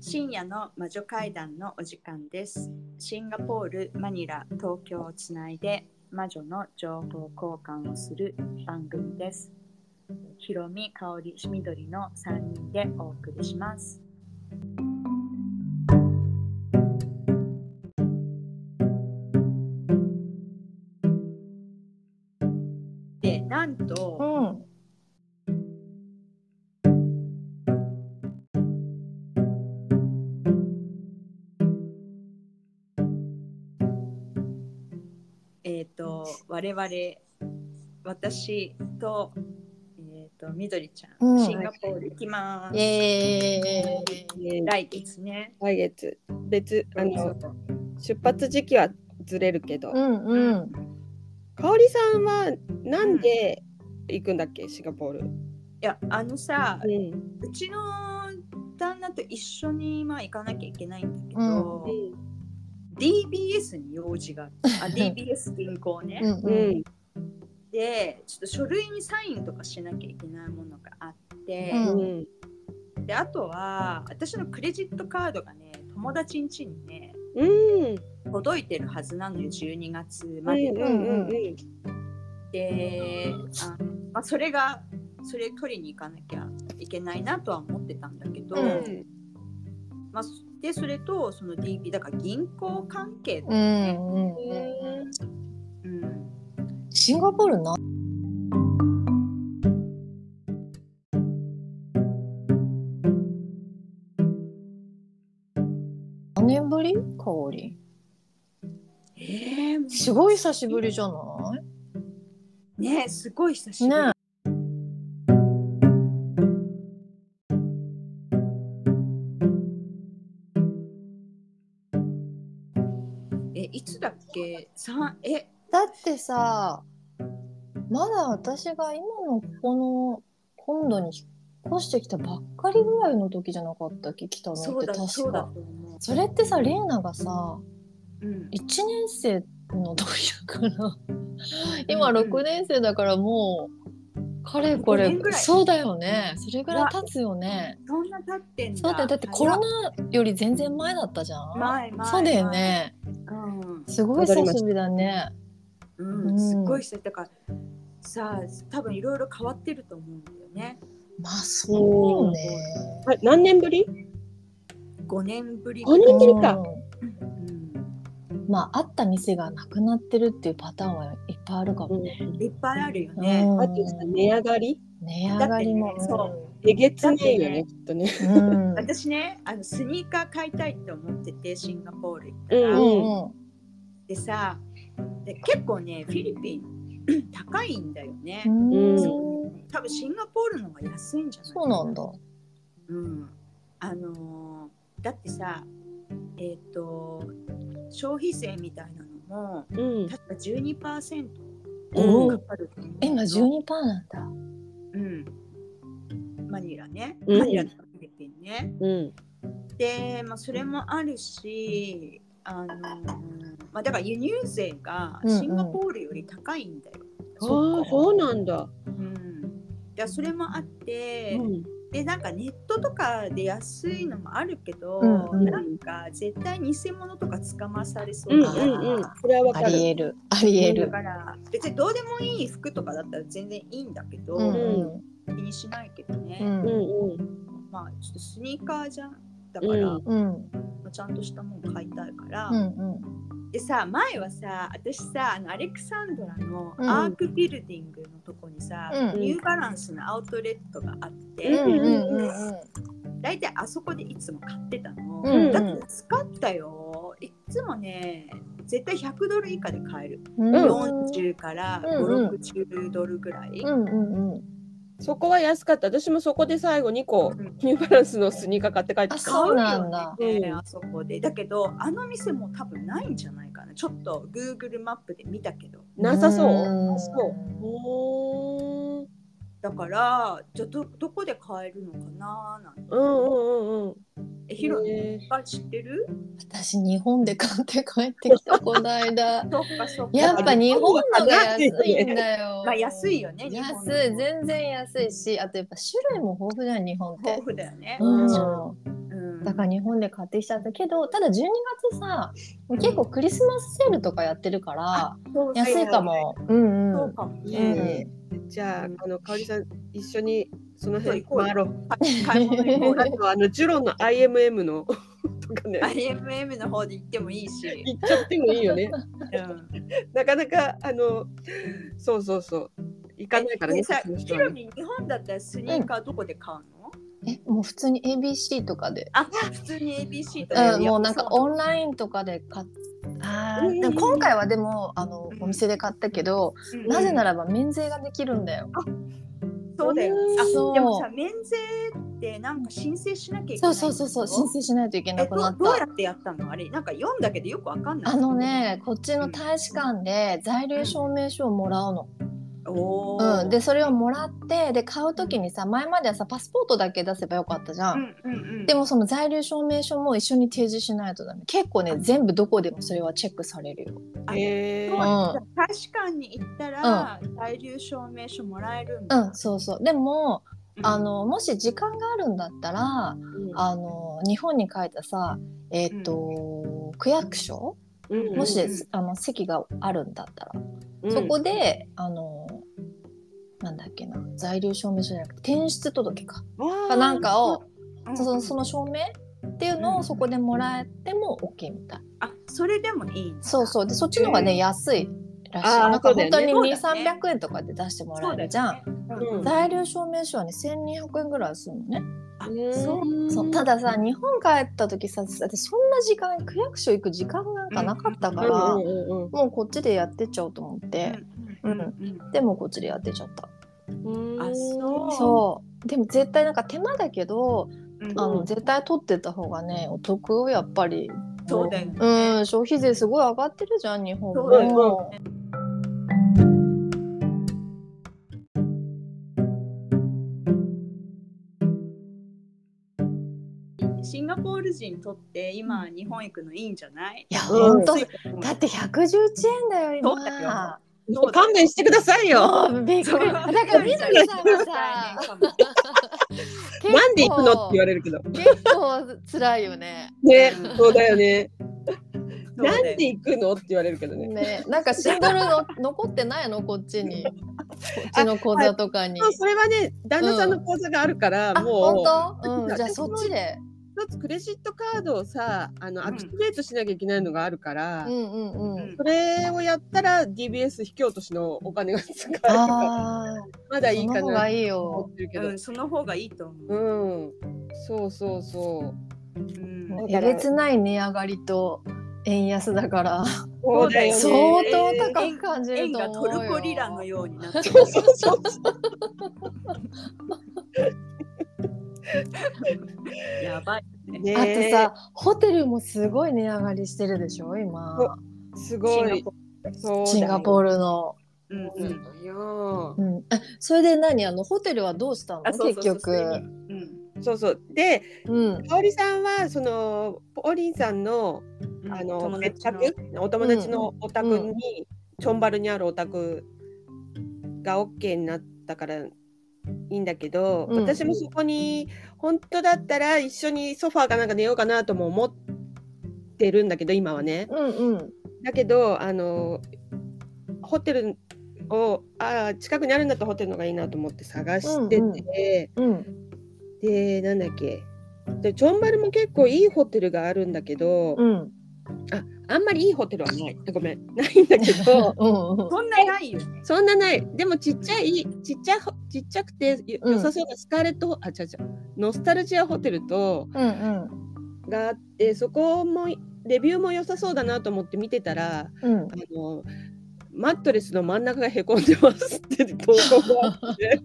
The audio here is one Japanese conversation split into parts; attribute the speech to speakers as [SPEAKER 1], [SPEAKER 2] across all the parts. [SPEAKER 1] 深夜の魔女会談のお時間です。シンガポール、マニラ、東京をつないで魔女の情報交換をする番組です。ひろみ、かおり、しみどりの3人でお送りします。で、なんと、
[SPEAKER 2] うん。
[SPEAKER 1] えっ、と我々私とえっ、とみどりちゃん、
[SPEAKER 2] うん
[SPEAKER 1] シンガポール行きます。
[SPEAKER 2] イエ
[SPEAKER 1] 来月ね。
[SPEAKER 3] 来月別あの
[SPEAKER 1] そう
[SPEAKER 3] 出発時期はずれるけど、
[SPEAKER 2] うんうん。
[SPEAKER 3] 香織さんはなんで行くんだっけシンガポール、
[SPEAKER 1] いやあのさ、
[SPEAKER 3] う
[SPEAKER 1] うんちの旦那と一緒にまあ行かなきゃいけないんだけど、DBS に用事があってあ DBS 銀行ね、
[SPEAKER 2] うん
[SPEAKER 3] う
[SPEAKER 2] うん。
[SPEAKER 3] ん
[SPEAKER 1] でちょっと書類にサインとかしなきゃいけないものがあって、
[SPEAKER 2] うん
[SPEAKER 3] うん
[SPEAKER 1] であとは私のクレジットカードがね友達ん家にね
[SPEAKER 3] うん
[SPEAKER 1] 届いてるはずなのよ12月
[SPEAKER 3] う
[SPEAKER 1] まで
[SPEAKER 3] ん
[SPEAKER 1] で、
[SPEAKER 3] うんうん
[SPEAKER 1] であまあ、それがそれ取りに行かなきゃいけないなとは思ってたんだけど、
[SPEAKER 2] うん
[SPEAKER 1] まあ、そでそれとその DB だから銀行関係、
[SPEAKER 2] うんうん。
[SPEAKER 3] うん
[SPEAKER 1] うん、
[SPEAKER 2] シンガポールな。何年ぶり香り。
[SPEAKER 1] えー
[SPEAKER 2] すごい久しぶりじゃない
[SPEAKER 1] ねすごい久しぶり、
[SPEAKER 2] ね
[SPEAKER 1] えいつだっけ三え
[SPEAKER 2] だってさまだ私が今のこの本土に引っ越してきたばっかりぐらいの時じゃなかったっけ来たの
[SPEAKER 1] そ
[SPEAKER 2] っ
[SPEAKER 1] う
[SPEAKER 2] て
[SPEAKER 1] だそ
[SPEAKER 2] 確
[SPEAKER 1] うだ
[SPEAKER 2] か
[SPEAKER 1] と思う、
[SPEAKER 2] それってさレイナがさ
[SPEAKER 1] うん、
[SPEAKER 2] 1年生の時だから今6年生だからもうかれこ
[SPEAKER 1] 五
[SPEAKER 2] れ
[SPEAKER 1] 年ぐらい
[SPEAKER 2] そうだよねそれぐらい経つよね
[SPEAKER 1] そんな経ってんだ
[SPEAKER 2] そうだよだってコロナより全然前だったじゃん
[SPEAKER 1] 前前
[SPEAKER 2] そうだよね
[SPEAKER 1] うん
[SPEAKER 2] すごい久しぶりだね
[SPEAKER 1] う、
[SPEAKER 2] うんん
[SPEAKER 1] すっごい久しぶりだからさあ多分いろいろ変わってると思うんだよね
[SPEAKER 2] まあそうね
[SPEAKER 3] はい何年ぶり
[SPEAKER 1] 5年ぶり
[SPEAKER 3] 五年ぶりか
[SPEAKER 2] うん
[SPEAKER 1] うん
[SPEAKER 2] まあ、あった店がなくなってるっていうパターンはいっぱいあるかもね。
[SPEAKER 1] いっぱいあるよね、
[SPEAKER 2] うん
[SPEAKER 3] あとさ値上がり
[SPEAKER 2] 値上がりも。
[SPEAKER 1] だってねそ
[SPEAKER 3] えげつない
[SPEAKER 1] だって
[SPEAKER 3] よ
[SPEAKER 1] ね
[SPEAKER 3] ねきっとね
[SPEAKER 2] うん。うん。
[SPEAKER 1] 私ねあのスニーカー買いたいって思っててシンガポール行った
[SPEAKER 2] う
[SPEAKER 1] ら、
[SPEAKER 3] うん
[SPEAKER 2] ん。
[SPEAKER 1] でさで結構ねフィリピン 高いんだよね、
[SPEAKER 2] うん。
[SPEAKER 1] 多分シンガポールの方が安いんじゃない
[SPEAKER 2] そうなんだ。
[SPEAKER 1] うん、あのーだってさえっ、と消費税みたいなのも
[SPEAKER 3] うん
[SPEAKER 1] 確か12%
[SPEAKER 3] うん
[SPEAKER 1] かかると思う
[SPEAKER 2] 今12パーなんだ。
[SPEAKER 1] うん、マニラね、
[SPEAKER 3] うん
[SPEAKER 1] マニラとフィリピンね。
[SPEAKER 3] うん
[SPEAKER 1] で、まあ、それもあるし、あのまあ、だから輸入税が
[SPEAKER 2] うんうん
[SPEAKER 1] シンガポールより高いんだよ。
[SPEAKER 3] あーそうなんだ
[SPEAKER 1] うんだからそれもあって、
[SPEAKER 3] うん
[SPEAKER 1] でなんかネットとかで安いのもあるけど、
[SPEAKER 2] うんうん
[SPEAKER 1] なんか絶対偽物とか捕まされそう
[SPEAKER 3] うん
[SPEAKER 1] だから
[SPEAKER 3] うんうんそれはわ
[SPEAKER 2] あ
[SPEAKER 3] か
[SPEAKER 2] り
[SPEAKER 3] る
[SPEAKER 2] える。ありえ
[SPEAKER 1] だ
[SPEAKER 2] る。
[SPEAKER 1] から別にどうでもいい服とかだったら全然いいんだけど、
[SPEAKER 2] うん
[SPEAKER 1] 気にしないけどね、
[SPEAKER 2] うん。
[SPEAKER 3] う
[SPEAKER 2] うん。
[SPEAKER 3] んうん
[SPEAKER 1] まあちょっとスニーカーじゃんだから、
[SPEAKER 3] うん
[SPEAKER 2] うん。
[SPEAKER 1] ちゃんとしたもん買いたいから、
[SPEAKER 2] うん。
[SPEAKER 1] でさ前はさ私さあのアレクサンドラの
[SPEAKER 2] うん
[SPEAKER 1] アークビルディングのとこにさ、
[SPEAKER 2] うん
[SPEAKER 1] ニューバランスのアウトレットがあって、
[SPEAKER 2] うん。うん。うん。
[SPEAKER 1] 大体あそこでいつも買ってたの、
[SPEAKER 2] うん
[SPEAKER 1] だって安かったよいつもね絶対100ドル以下で買える、
[SPEAKER 2] うん。
[SPEAKER 1] 40から
[SPEAKER 2] うん
[SPEAKER 1] 560ドルぐらい、
[SPEAKER 2] うん。うん。うん。
[SPEAKER 3] そこは安かった私もそこで最後2個
[SPEAKER 1] うん
[SPEAKER 3] ニューバランスのスニーカー買って帰って
[SPEAKER 2] あ
[SPEAKER 3] きた
[SPEAKER 2] そうなんだ
[SPEAKER 1] 買うよね
[SPEAKER 3] うん
[SPEAKER 1] あそこでだけどあの店も多分ないんじゃないかなちょっと Google マップで見たけど
[SPEAKER 3] なさそう
[SPEAKER 2] うん
[SPEAKER 3] そうおー
[SPEAKER 1] だからじゃあどどこで買えるのかなーなんて
[SPEAKER 3] うんうんうんうん
[SPEAKER 1] えヒロいっ
[SPEAKER 3] へ
[SPEAKER 1] ぱい知ってる
[SPEAKER 2] 私日本で買って帰ってきたこない だ。
[SPEAKER 1] そっかそっか
[SPEAKER 2] やっぱ日本のが安い
[SPEAKER 3] よ
[SPEAKER 2] ん
[SPEAKER 3] ね
[SPEAKER 2] だよ。
[SPEAKER 1] まあ安いよね日本の
[SPEAKER 2] 安い全然安いしあとやっぱ種類も豊富じゃん日本って
[SPEAKER 1] 豊。富だよね、
[SPEAKER 2] うん
[SPEAKER 1] うん
[SPEAKER 2] だから日本で買ってきちゃったけどただ12月さ結構クリスマスセールとかやってるから
[SPEAKER 1] そう
[SPEAKER 2] 安いかも。うんう
[SPEAKER 1] そ
[SPEAKER 2] ん
[SPEAKER 1] うかも
[SPEAKER 2] うん
[SPEAKER 1] ね。
[SPEAKER 2] うん
[SPEAKER 3] じゃあ、あの、かおりさん、一緒に、その辺
[SPEAKER 1] そう行こうよ
[SPEAKER 3] 回ろう。
[SPEAKER 1] 買い物行こう
[SPEAKER 2] うん
[SPEAKER 3] あと、あの、ジュロンの I. M. M. の。とかね。
[SPEAKER 1] IMM の方で行ってもいいし、
[SPEAKER 3] 行っちゃってもいいよね。
[SPEAKER 1] うん、
[SPEAKER 3] なかなか、あの。そうそうそう。行かないからね。
[SPEAKER 1] でさ
[SPEAKER 3] その人
[SPEAKER 1] ヒ
[SPEAKER 3] は
[SPEAKER 1] ロ
[SPEAKER 3] ね
[SPEAKER 1] ミ日本だったらスニーカーどこで買うの、
[SPEAKER 2] えもう普通に ABC とかで、
[SPEAKER 1] あ普通に ABC とか
[SPEAKER 2] うん、もうなんかオンラインとかで買っあーでも今回はでもあの
[SPEAKER 1] うん
[SPEAKER 2] お店で買ったけど、
[SPEAKER 1] うん
[SPEAKER 2] なぜならば免税ができるんだよ。
[SPEAKER 1] そうだよあ
[SPEAKER 2] そう
[SPEAKER 1] でもさ免税ってなんか申請しなきゃいけ
[SPEAKER 2] そ
[SPEAKER 1] な
[SPEAKER 2] う
[SPEAKER 1] い
[SPEAKER 2] そうそうそう申請しないといけな
[SPEAKER 1] え
[SPEAKER 2] く
[SPEAKER 1] ど
[SPEAKER 2] な
[SPEAKER 1] う
[SPEAKER 2] っ
[SPEAKER 1] どうや
[SPEAKER 2] た。
[SPEAKER 1] ってやったのあれなんか読んだけどよくわかんない
[SPEAKER 2] あのねこっちの大使館で在留証明書をもらうの。
[SPEAKER 1] おー
[SPEAKER 2] うん、でそれをもらってで買う時にさ前まではさパスポートだけ出せばよかったじゃ。
[SPEAKER 1] うんんうんうん
[SPEAKER 2] でもその在留証明書も一緒に提示しないとダメ結構ね全部どこでもそれはチェックされるよ。
[SPEAKER 3] え
[SPEAKER 1] そう
[SPEAKER 3] ー
[SPEAKER 1] なんだ大使館に行ったら在留証明書もらえるん
[SPEAKER 2] う
[SPEAKER 1] だ、
[SPEAKER 2] ん、そうそうでも
[SPEAKER 1] うん
[SPEAKER 2] あのもし時間があるんだったらあの日本に書いたさえっ、と、区役所
[SPEAKER 3] うん
[SPEAKER 2] もし、
[SPEAKER 1] うんうん
[SPEAKER 2] あの席があるんだったら、
[SPEAKER 3] うん
[SPEAKER 2] そこであのなんだっけな在留証明書じゃなくて転出届か
[SPEAKER 3] わ
[SPEAKER 2] か
[SPEAKER 3] ー
[SPEAKER 2] なんかを
[SPEAKER 1] うん
[SPEAKER 2] そのその証明っていうの
[SPEAKER 1] う
[SPEAKER 2] を
[SPEAKER 1] ん
[SPEAKER 2] そこでもらえても OK みたい、
[SPEAKER 1] あそれでもいいんだ
[SPEAKER 2] そうそうでそっちの方がね、安いらしい
[SPEAKER 3] あー
[SPEAKER 2] なんか本当に
[SPEAKER 1] そうだよね
[SPEAKER 2] 2 3 0 0円とかで出してもらえるじゃん、
[SPEAKER 1] そうだよね
[SPEAKER 3] うん
[SPEAKER 2] 在留証明書はね1200円ぐらいするのね
[SPEAKER 1] あ
[SPEAKER 3] うん
[SPEAKER 2] そうたださ日本帰った時さだってそんな時間区役所行く時間なんかなかった
[SPEAKER 3] う
[SPEAKER 2] か
[SPEAKER 3] ん
[SPEAKER 2] ら、
[SPEAKER 3] うんうん
[SPEAKER 2] もうこっちでやってっちゃおうと思って、
[SPEAKER 1] うんうん
[SPEAKER 2] でもこっちでやってっちゃった、
[SPEAKER 3] うんうん
[SPEAKER 1] あそう
[SPEAKER 2] そうでも絶対なんか手間だけど、
[SPEAKER 1] うんうん
[SPEAKER 2] あ
[SPEAKER 3] う
[SPEAKER 2] の
[SPEAKER 3] ん
[SPEAKER 2] 絶対取ってた方がねお得をやっぱり
[SPEAKER 1] そうだよね
[SPEAKER 2] うん消費税すごい上がってるじゃん日本も
[SPEAKER 1] そうだ
[SPEAKER 3] よ
[SPEAKER 1] シンガポール人にとって今日本行くのいいんじゃない
[SPEAKER 2] いや
[SPEAKER 3] う
[SPEAKER 2] 本
[SPEAKER 3] ん
[SPEAKER 2] 当、
[SPEAKER 1] だ
[SPEAKER 2] だって111円だよ
[SPEAKER 1] そう
[SPEAKER 2] 今
[SPEAKER 1] だよ
[SPEAKER 3] もう勘弁してくださいよ。
[SPEAKER 2] もうびっくりだからみずりさん はさ結構
[SPEAKER 3] なんで行くのって言われるけど。
[SPEAKER 2] 結構辛いよね。
[SPEAKER 3] ね、そうだよね。な
[SPEAKER 1] なんん
[SPEAKER 3] で
[SPEAKER 1] で
[SPEAKER 3] 行くのって言われるけどね。
[SPEAKER 2] ね、なんかシンドルの残ってないのこっちに、こっちの口座とかに。
[SPEAKER 3] そうそれはね、旦那さんの口座があるから、
[SPEAKER 2] あ、
[SPEAKER 3] も
[SPEAKER 2] 本
[SPEAKER 3] う
[SPEAKER 2] 当？うん、じゃあそっちで。
[SPEAKER 3] う一つクレジットカードをさ、あの
[SPEAKER 1] ん
[SPEAKER 3] アクティベートしなきゃいけないのがあるから、
[SPEAKER 2] うんうんうん。
[SPEAKER 3] それをやったら DBS 引き落としのお金が使えるから、
[SPEAKER 2] ああ、
[SPEAKER 3] まだい
[SPEAKER 2] そ
[SPEAKER 3] い
[SPEAKER 2] の
[SPEAKER 3] か
[SPEAKER 2] 方
[SPEAKER 3] な
[SPEAKER 2] が
[SPEAKER 3] と
[SPEAKER 2] いい
[SPEAKER 3] 思
[SPEAKER 2] よ。
[SPEAKER 3] ってるけど
[SPEAKER 1] う。んその方がいいと思う
[SPEAKER 3] うん、そうそうそう。
[SPEAKER 1] うん
[SPEAKER 2] もう
[SPEAKER 3] だ
[SPEAKER 2] え
[SPEAKER 3] から
[SPEAKER 2] げつない値上がりと円安だから
[SPEAKER 1] そうだよね
[SPEAKER 2] 相当高く感じる
[SPEAKER 1] 円
[SPEAKER 2] と
[SPEAKER 1] が
[SPEAKER 2] 思
[SPEAKER 1] ト
[SPEAKER 2] うよ。
[SPEAKER 1] ルコリラのようになって
[SPEAKER 3] そ うそうそう
[SPEAKER 1] るやばいね
[SPEAKER 3] ね
[SPEAKER 2] あとさ、ホテルもすごい値上がりしてるでしょ今。
[SPEAKER 3] すごい。そうだよ
[SPEAKER 2] シンガポールの。
[SPEAKER 1] うん
[SPEAKER 3] う
[SPEAKER 1] うん
[SPEAKER 3] んよ
[SPEAKER 2] うん。あそれで何あのホテルはどうしたの？
[SPEAKER 1] あそうそう
[SPEAKER 2] 結
[SPEAKER 1] そうそれに
[SPEAKER 2] 局。
[SPEAKER 1] うん
[SPEAKER 3] そうそう。で、
[SPEAKER 2] うん。
[SPEAKER 3] 香織さんはそのポリンさんの
[SPEAKER 1] うん
[SPEAKER 3] あの
[SPEAKER 1] 友
[SPEAKER 3] 別
[SPEAKER 1] 達の
[SPEAKER 3] 宅お友達のお宅
[SPEAKER 2] うん
[SPEAKER 3] にチョンバルにあるお宅が OK になったからいいんだけど、
[SPEAKER 2] うん
[SPEAKER 3] 私もそこに本当だったら一緒にソファーかなんか寝ようかなとも思ってるんだけど今はね。
[SPEAKER 2] うんうん。
[SPEAKER 3] だけどあのホテルをあー近くにあるんだったらホテルの方がいいなと思って探してて。
[SPEAKER 2] うんうんうん
[SPEAKER 3] でなんだっけでジョンバルも結構いいホテルがあるんだけど、
[SPEAKER 2] うん。
[SPEAKER 3] ああんまりいいホテルはないごめんないんだけど
[SPEAKER 2] うんうん。
[SPEAKER 1] そんなないよね
[SPEAKER 3] そんなないでもちっちゃいちっちゃいちっちゃくてよ
[SPEAKER 2] うん
[SPEAKER 3] 良さそうなスカーレット、あ違う違うノスタルジアホテルと
[SPEAKER 2] うんうん。
[SPEAKER 3] があってそこもレビューも良さそうだなと思って見てたら
[SPEAKER 2] うん
[SPEAKER 3] あのマットレスの真ん中がへこんでますって投稿が あって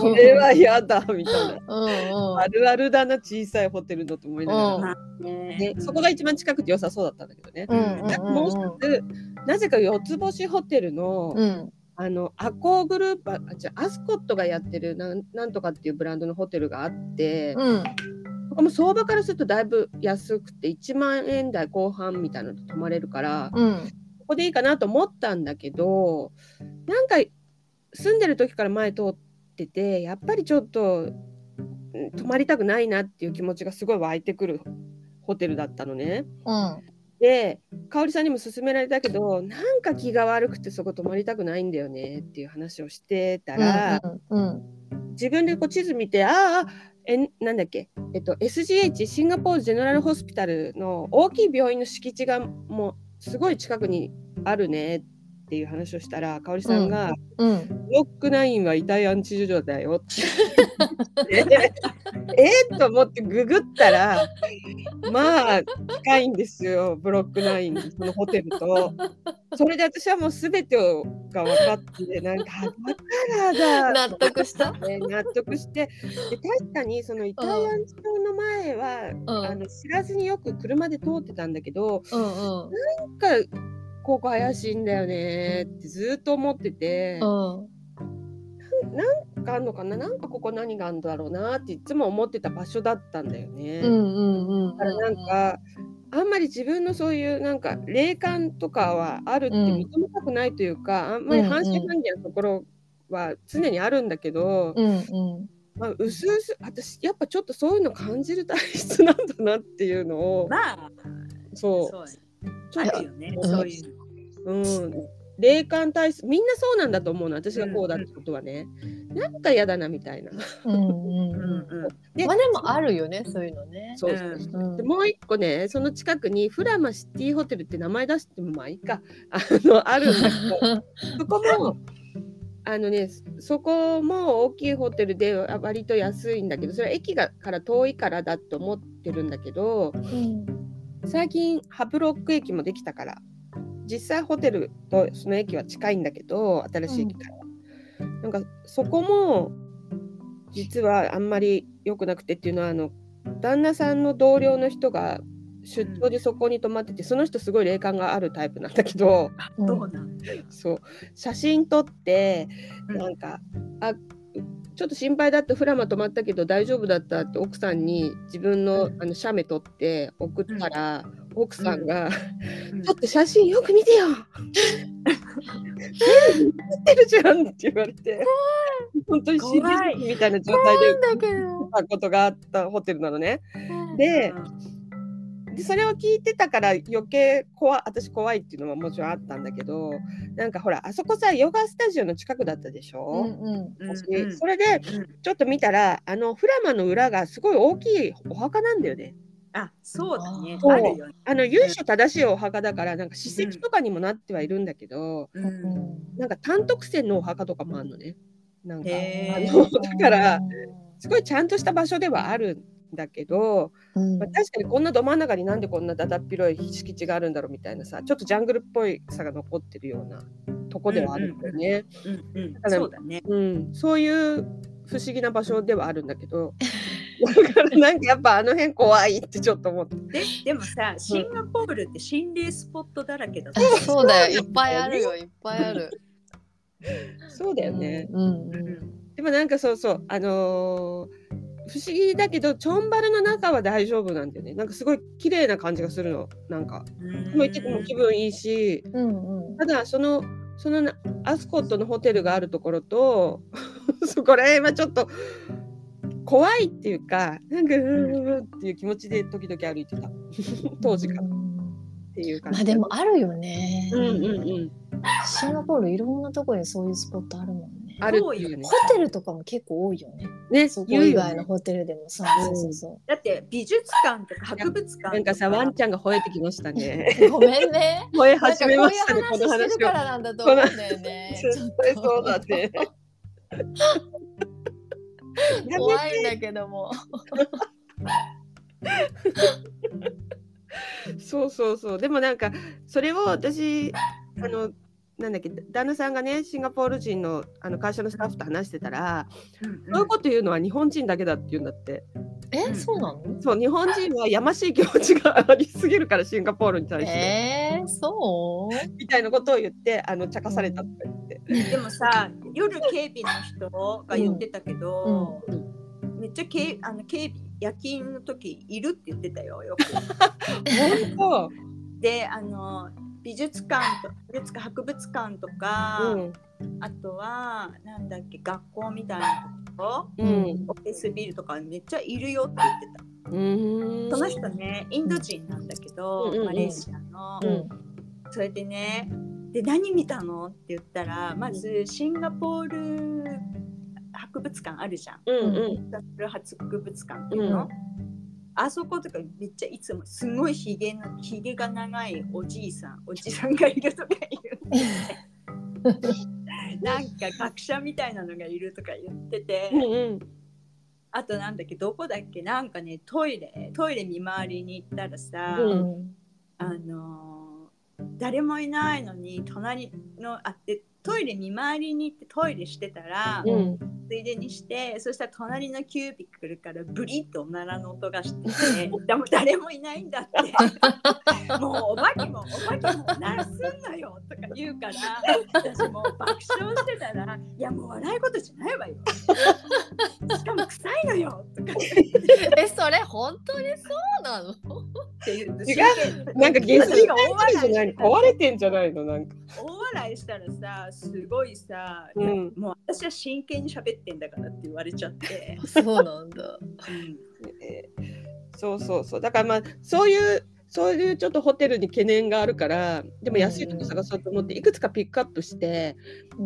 [SPEAKER 3] これは嫌だみたいな。
[SPEAKER 2] うんうん
[SPEAKER 3] あるあるだな小さいホテルだと思いながら、
[SPEAKER 2] うん
[SPEAKER 1] ね
[SPEAKER 3] ね、そこが一番近くて良さそうだったんだけどね。
[SPEAKER 2] うんうん
[SPEAKER 3] もう一つ、なぜか四つ星ホテルの、
[SPEAKER 2] うん
[SPEAKER 3] あの、アコーグループ、あ、じゃアスコットがやってるなん、なんとかっていうブランドのホテルがあって、
[SPEAKER 2] うん
[SPEAKER 3] ここも相場からするとだいぶ安くて、1万円台後半みたいなので泊まれるから、
[SPEAKER 2] うん
[SPEAKER 3] ここでいいかなと思ったんだけど、なんか、住んでる時から前通ってて、やっぱりちょっと、うん泊まりたくないなっていう気持ちがすごい湧いてくるホテルだったのね。
[SPEAKER 2] うん。
[SPEAKER 3] で香織さんにも勧められたけどなんか気が悪くてそこ泊まりたくないんだよねっていう話をしてたら、
[SPEAKER 2] うん。うん。
[SPEAKER 3] 自分でこう地図見てああえなんだっけ、えっと、SGH シンガポールジェネラルホスピタルの大きい病院の敷地がもうすごい近くにあるねっていう話をしたら香織さんが、
[SPEAKER 2] うん。
[SPEAKER 3] ブロックナインは遺体安置所だよ って。えっと思ってググったらまあ近いんですよブロックナインそのホテルとそれで私はもう全てをが分かってなんかあだからだ
[SPEAKER 2] 納得した。
[SPEAKER 3] ね納得してで確かにそのイタリアン町の前は、
[SPEAKER 2] うん。う
[SPEAKER 3] あ
[SPEAKER 2] ん。
[SPEAKER 3] の知らずによく車で通ってたんだけど
[SPEAKER 2] うん。
[SPEAKER 3] なんかここ怪しいんだよねってずっと思ってて、
[SPEAKER 2] うん。
[SPEAKER 3] なんかあんのかななんかここ何があるんだろうなっていつも思ってた場所だったんだよね。
[SPEAKER 2] うん。うん。うん。
[SPEAKER 3] だからなんかあんまり自分のそういうなんか霊感とかはあるって
[SPEAKER 2] うん
[SPEAKER 3] 認めたくないというか、あんまり半信半疑なところは常にあるんだけど、
[SPEAKER 2] うん。うん。
[SPEAKER 3] まあ、うすうす私やっぱちょっとそういうの感じる体質なんだなっていうのを
[SPEAKER 1] まあ
[SPEAKER 3] そう
[SPEAKER 1] そう
[SPEAKER 3] ちょっ
[SPEAKER 1] あ
[SPEAKER 3] と
[SPEAKER 1] るよね
[SPEAKER 3] うん
[SPEAKER 1] そういうの
[SPEAKER 3] うん、霊感体質みんなそうなんだと思うの私がこうだってことはね、なんか嫌だなみたいな。
[SPEAKER 2] うん。
[SPEAKER 1] う
[SPEAKER 2] う
[SPEAKER 1] ん
[SPEAKER 2] ん。
[SPEAKER 1] うん
[SPEAKER 3] で
[SPEAKER 2] まあ、でもあるよね、そういうのね。
[SPEAKER 3] そうそう
[SPEAKER 1] うん
[SPEAKER 2] うん
[SPEAKER 3] でもう一個ねその近くにフラマシティホテルって名前出してもまあいいかあのあるんだけ どそこもあのねそこも大きいホテルであ割と安いんだけどそれは駅がから遠いからだと思ってるんだけど
[SPEAKER 2] うん。
[SPEAKER 3] 最近ハブロック駅もできたから実際ホテルとその駅は近いんだけど新しい駅から、なんかそこも実はあんまり良くなくてっていうのはあの旦那さんの同僚の人が出張でそこに泊まってて、その人すごい霊感があるタイプなんだけど
[SPEAKER 1] あ
[SPEAKER 2] うん
[SPEAKER 1] どうなんだ
[SPEAKER 3] そう写真撮って
[SPEAKER 1] うん
[SPEAKER 3] なんか、あちょっと心配だってフラマ泊まったけど大丈夫だったって奥さんに自分のあの写メ撮って送ったら、奥さんが、
[SPEAKER 1] うん
[SPEAKER 3] ちょっと写真よく見てよ。映ってるじゃんって言われて、本当に心理
[SPEAKER 1] 怖い
[SPEAKER 3] みたいな状態で
[SPEAKER 2] だけど。
[SPEAKER 3] たことがあったホテルなのね。で
[SPEAKER 1] う、ん
[SPEAKER 3] でそれを聞いてたから余計怖い私怖いっていうのはもちろんあったんだけど、なんかほらあそこさヨガスタジオの近くだったでし
[SPEAKER 2] う
[SPEAKER 3] ょ。
[SPEAKER 2] ん。うん。
[SPEAKER 1] うん
[SPEAKER 3] 私
[SPEAKER 1] うん
[SPEAKER 3] それで
[SPEAKER 1] うん
[SPEAKER 3] ちょっと見たらあのフラマの裏がすごい大きいお墓なんだよね。
[SPEAKER 1] あそうだね
[SPEAKER 3] そう
[SPEAKER 1] あるよね
[SPEAKER 3] あの由緒正しいお墓だからなんか史跡とかにもなってはいるんだけど、
[SPEAKER 1] う
[SPEAKER 2] うんん。
[SPEAKER 3] なんか単独船のお墓とかもあるのね。なんか
[SPEAKER 1] へ
[SPEAKER 3] あ
[SPEAKER 1] ー
[SPEAKER 3] のだからすごいちゃんとした場所ではあるんだけど、
[SPEAKER 2] うん、
[SPEAKER 3] まあ、確かにこんなど真ん中になんでこんなだだっ広い敷地があるんだろうみたいなさちょっとジャングルっぽいさが残ってるようなとこではあるんだよね、
[SPEAKER 1] うんうん
[SPEAKER 3] ただ
[SPEAKER 1] そうだね
[SPEAKER 3] うんそういう不思議な場所ではあるんだけどだからなんかやっぱあの辺怖いってちょっと思って
[SPEAKER 1] で でもさシンガポールって心霊スポットだらけだと
[SPEAKER 2] そうだよ、いっぱいあるよ、いっぱいある。
[SPEAKER 3] そうだよね、
[SPEAKER 2] うんうん
[SPEAKER 3] でもなんかそうそうあのー不思議だけどチョンバルの中は大丈夫なんだよねなんかすごい綺麗な感じがするのなんか
[SPEAKER 1] うん
[SPEAKER 3] もう行ってても気分いいし
[SPEAKER 2] うんうん。
[SPEAKER 3] ただそのそのなアスコットのホテルがあるところと そこら辺はちょっと怖いっていうかなんかうーんっていう気持ちで時々歩いてた 当時からっ
[SPEAKER 2] うん
[SPEAKER 3] ていう感
[SPEAKER 2] ま
[SPEAKER 3] じ、
[SPEAKER 2] あでもあるよね、
[SPEAKER 3] うんうんうん
[SPEAKER 2] シンガポールいろんなとこにそういうスポットあるもんね。
[SPEAKER 3] あるっていうね
[SPEAKER 2] ホテルとかも結構多いよね。
[SPEAKER 3] ね
[SPEAKER 2] そこ
[SPEAKER 3] 言う
[SPEAKER 2] 以
[SPEAKER 3] よ
[SPEAKER 2] 外の
[SPEAKER 3] ね
[SPEAKER 2] ホテルでもさ、
[SPEAKER 3] うん
[SPEAKER 2] そうそうそ
[SPEAKER 1] だって美術館とか博物館
[SPEAKER 3] なんかさワンちゃんが吠えてきましたね
[SPEAKER 2] う。ごめんね。
[SPEAKER 3] 吠え
[SPEAKER 2] なんか
[SPEAKER 3] 始
[SPEAKER 2] こうい
[SPEAKER 3] め
[SPEAKER 2] う
[SPEAKER 3] ましたねこの
[SPEAKER 2] 話して
[SPEAKER 3] 話
[SPEAKER 2] る
[SPEAKER 3] を
[SPEAKER 2] からなんだと思うんだよね。
[SPEAKER 3] 絶対そうだ ねやめ
[SPEAKER 2] 怖いんだけども。
[SPEAKER 3] そうそうそうでもなんかそれを私あのなんだっけ旦那さんがねシンガポール人のあの会社のスタッフと話してたら、そういうこと言うのは日本人だけだって言うんだって
[SPEAKER 2] え、そうなの？
[SPEAKER 3] そう日本人はやましい気持ちがありすぎるからシンガポールに対して、
[SPEAKER 2] えー、そう？
[SPEAKER 3] みたいなことを言ってあの茶化されたとか言って、
[SPEAKER 1] でもさ夜警備の人が言ってたけど、めっちゃ警あの警備夜勤の時いるって言ってたよ よく。
[SPEAKER 3] 本
[SPEAKER 1] であの美術館と美術館博物館と
[SPEAKER 3] 当、う
[SPEAKER 1] か、
[SPEAKER 3] ん
[SPEAKER 1] あとはなんだっけ学校みたいなとこ
[SPEAKER 3] うん。
[SPEAKER 1] オフィスビルとかめっちゃいるよって言ってた
[SPEAKER 3] うん。
[SPEAKER 1] その人ねインド人なんだけど、
[SPEAKER 3] うんうんうん
[SPEAKER 1] マレーシアの、
[SPEAKER 2] うん
[SPEAKER 1] それでねで何見たのって言ったらまずシンガポール博物館あるじゃん
[SPEAKER 3] うんう
[SPEAKER 1] シ
[SPEAKER 3] ん。
[SPEAKER 1] ンガポール博物館っていうの、
[SPEAKER 3] うん
[SPEAKER 1] あそことかめっちゃいつもすごいひげのひげが長いおじいさんおじさんがいるとか言う なんか学者みたいなのがいるとか言ってて、
[SPEAKER 3] うん
[SPEAKER 1] あとなんだっけどこだっけなんかねトイレトイレ見回りに行ったらさ、
[SPEAKER 3] うん
[SPEAKER 2] うん
[SPEAKER 1] あのー誰もいないのに隣のあでトイレ見回りに行ってトイレしてたら、
[SPEAKER 3] うん
[SPEAKER 1] ついでにしてそしたら隣のキュービクルからブリッとおならの音がしててでも誰もいないんだって もうお化けもお化けも何すんのよとか言うから私もう爆笑してたらいやもう笑い事じゃない わよしかも臭いのよとか
[SPEAKER 2] えそれ本当にそうなの
[SPEAKER 1] って言って
[SPEAKER 3] 違なんかゲス
[SPEAKER 1] 私が
[SPEAKER 3] が壊
[SPEAKER 1] 大笑い
[SPEAKER 3] れてんじゃない
[SPEAKER 1] して
[SPEAKER 3] の壊れてんじゃないのなんか。
[SPEAKER 1] 大笑いしたらさすごいさ、
[SPEAKER 3] うん
[SPEAKER 1] もう私は真剣に喋ってんだからって言われちゃって、
[SPEAKER 2] そうなんだ。
[SPEAKER 3] えーそうそうそうだからまあそういうそういうちょっとホテルに懸念があるからでも安いとこ探そうと思っていくつかピックアップして、